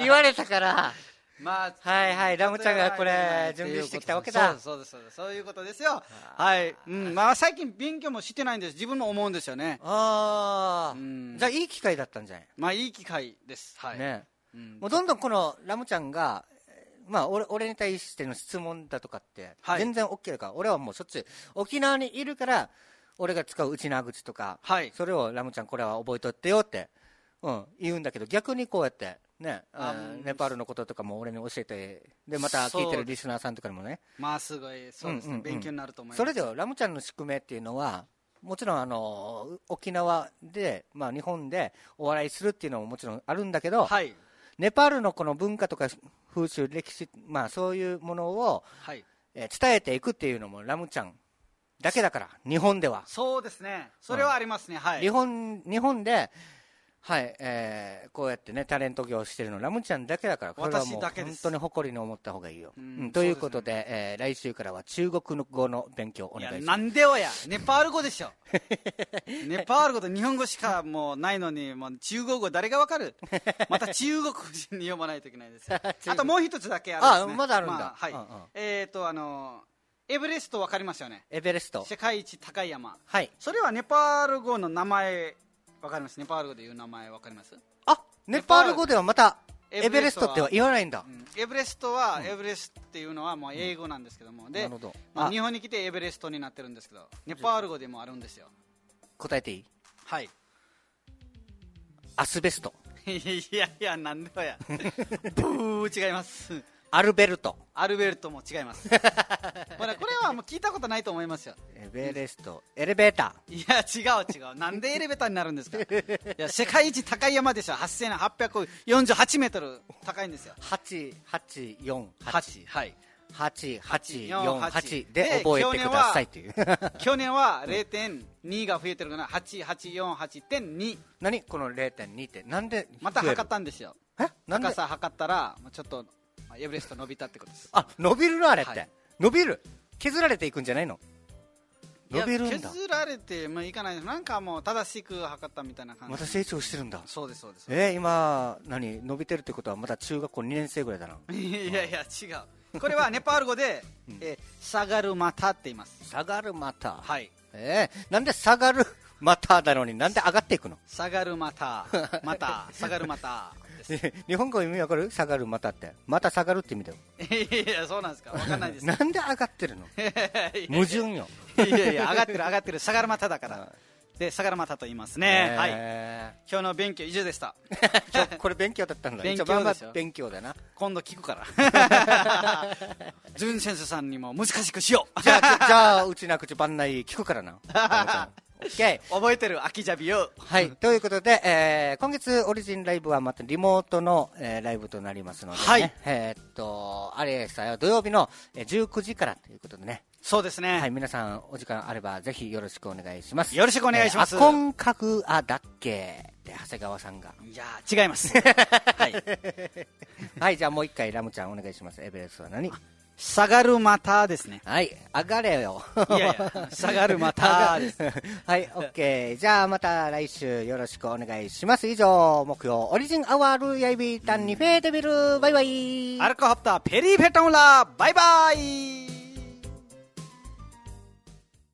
Speaker 1: 言われたから
Speaker 2: まあ、
Speaker 1: はいはいラムちゃんがこれ準備してきたわけだ
Speaker 2: そうですそうですそうですそういうことですよはい、うん、まあ最近勉強もしてないんです自分も思うんですよね
Speaker 1: ああ
Speaker 2: うん
Speaker 1: じゃあいい機会だったんじゃない、
Speaker 2: まあいい機会ですはい、
Speaker 1: ね
Speaker 2: うん
Speaker 1: もうどんどんこのラムちゃんがえーまあ俺俺に対しての質問だとかって
Speaker 2: はい
Speaker 1: 全然 OK だから、俺はもうしょっちゅう沖縄にいるから俺が使ううちな口とか、
Speaker 2: はい
Speaker 1: それをラムちゃんこれは覚えとってよって、うん、言うんだけど逆にこうやってね
Speaker 2: あ
Speaker 1: えー
Speaker 2: うん
Speaker 1: ネパールのこととかも俺に教えてでまた聞いてるリスナーさんとかにもね
Speaker 2: まあすごいそうで
Speaker 1: うん
Speaker 2: すね、
Speaker 1: うんうん
Speaker 2: 勉強になると思います
Speaker 1: それではラムちゃんの宿命っていうのは、もちろんあの沖縄で、まあ、日本でお笑いするっていうのももちろんあるんだけど、
Speaker 2: はい
Speaker 1: ネパールのこの文化とか風習、歴史、まあ、そういうものを、
Speaker 2: はい
Speaker 1: えー伝えていくっていうのもラムちゃんだけだから、日本では。
Speaker 2: そうですねそれはありますね、はい
Speaker 1: 日本日本ではいえーこうやってねタレント業をしてるのラムちゃんだけだからこれはもう
Speaker 2: 私だけで
Speaker 1: 本
Speaker 2: す
Speaker 1: 当に誇りに思った方がいいよ、
Speaker 2: う
Speaker 1: うんんということでえー来週からは中国語の勉強お
Speaker 2: い
Speaker 1: 願い
Speaker 2: や
Speaker 1: します
Speaker 2: なんでよやネパール語でしょ *laughs* ネパール語と日本語しかもうないのにもう中国語誰がわ
Speaker 1: *laughs*
Speaker 2: かるまた中国人に読まないといけないですよあともう一つだけあるんです、ね、
Speaker 1: あまだあるんだ
Speaker 2: はい、
Speaker 1: うんうん
Speaker 2: えっ、とあのエベレストわかりますよね
Speaker 1: エベレスト
Speaker 2: 世界一高い山
Speaker 1: はい
Speaker 2: それはネパール語の名前わかりますネパール語で言う名前わかります、
Speaker 1: あネパール語ではまたエ
Speaker 2: エ
Speaker 1: ベ
Speaker 2: ベ
Speaker 1: レ
Speaker 2: レ
Speaker 1: ス
Speaker 2: ス
Speaker 1: ト
Speaker 2: トは
Speaker 1: っては言わないんだ
Speaker 2: うんエベレストは、エベレストっていうのはもう英語なんですけども、
Speaker 1: な
Speaker 2: で
Speaker 1: るほど
Speaker 2: まあ
Speaker 1: あ
Speaker 2: 日本に来てエベレストになってるんですけどネパール語でもあるんですよ
Speaker 1: 答えていい
Speaker 2: はい *laughs*
Speaker 1: アスベスト
Speaker 2: いやいや、なんでもや。 *laughs* ブー違います。
Speaker 1: アルベルト
Speaker 2: アルベルトも違います。 *laughs* ほら、これはもう聞いたことないと思いますよ。
Speaker 1: エベレストエレベータ
Speaker 2: いや、違う違う。なんでエレベーターになるんですか。いや、世界一高い山でしょ。8848メートル高いんですよ。
Speaker 1: ー8848
Speaker 2: 8、はい。
Speaker 1: 8848で覚えてくださいという
Speaker 2: 去年は0.2が増えてるかな。8848.2。
Speaker 1: *laughs* 何この0.2ってなんで
Speaker 2: また
Speaker 1: 増える
Speaker 2: 測ったんですよ。
Speaker 1: えなんで
Speaker 2: 高さ測ったら、まあちょっと、まあエベレスト伸びたってことです。
Speaker 1: あ伸びるのあれって、
Speaker 2: はい
Speaker 1: 伸びる削られていくんじゃないの伸びる
Speaker 2: いや
Speaker 1: んだ
Speaker 2: 削られてもいかないですなんかもう正しく測ったみたいな感じ
Speaker 1: また成長してるんだ
Speaker 2: そうですそうです
Speaker 1: えー、今何伸びてるってことはまだ中学校2年生ぐらいだない
Speaker 2: やいや違うこれはネパール語で、えー下がる股って言います
Speaker 1: 下がるまた
Speaker 2: はい
Speaker 1: えーなんで下がるまたなのになんで上がっていくの *laughs*
Speaker 2: 下がるまた、また、下がるまたです。
Speaker 1: 日本語意味わかる下がるまたってまた下がるって意味だよ
Speaker 2: いやいや、そうなんですか、わかんないです。
Speaker 1: なんで上がってるの矛盾よ
Speaker 2: いやいや、上がってる、上がってる、下がるまただから。で、下がるまたと言いますね。はい。
Speaker 1: え
Speaker 2: 今日の勉強以上でした。
Speaker 1: ーじゃあこれ勉強だったんだ
Speaker 2: 勉強
Speaker 1: 一応まあまあ
Speaker 2: ですよ
Speaker 1: 勉強だな
Speaker 2: 今度聞くから。
Speaker 1: *laughs*
Speaker 2: ジュン先生さんにも難しくしよう。
Speaker 1: じゃあじゃあうちな口番内聞くから
Speaker 2: *laughs*
Speaker 1: なオッケー
Speaker 2: 覚えてる、秋ジャビよ。
Speaker 1: はい、ということで、えー今月オリジンライブはまたリモートの、えーライブとなりますので、ね
Speaker 2: はい
Speaker 1: えーっとあれさよ土曜日のえー19時からということでね、
Speaker 2: そうですね。
Speaker 1: はい、皆さんお時間あればぜひよろしくお願いします
Speaker 2: よろしくお願いします
Speaker 1: えーあこんかくあだっけって長谷川さんが
Speaker 2: *laughs* いやー、違います。はい。
Speaker 1: はいじゃあもう一回ラムちゃんお願いしますエベレストは何
Speaker 2: 下がるまたですね。
Speaker 1: はい *laughs* 上がれよ
Speaker 2: いやいや、下がるまたです。
Speaker 1: *laughs* はい、オッケー。じゃあまた来週よろしくお願いします。以上、木曜オリジンアワールやいびたんにフェーデビル。バイバイ。
Speaker 2: アルコハプターペリーペトンラー、バイバイ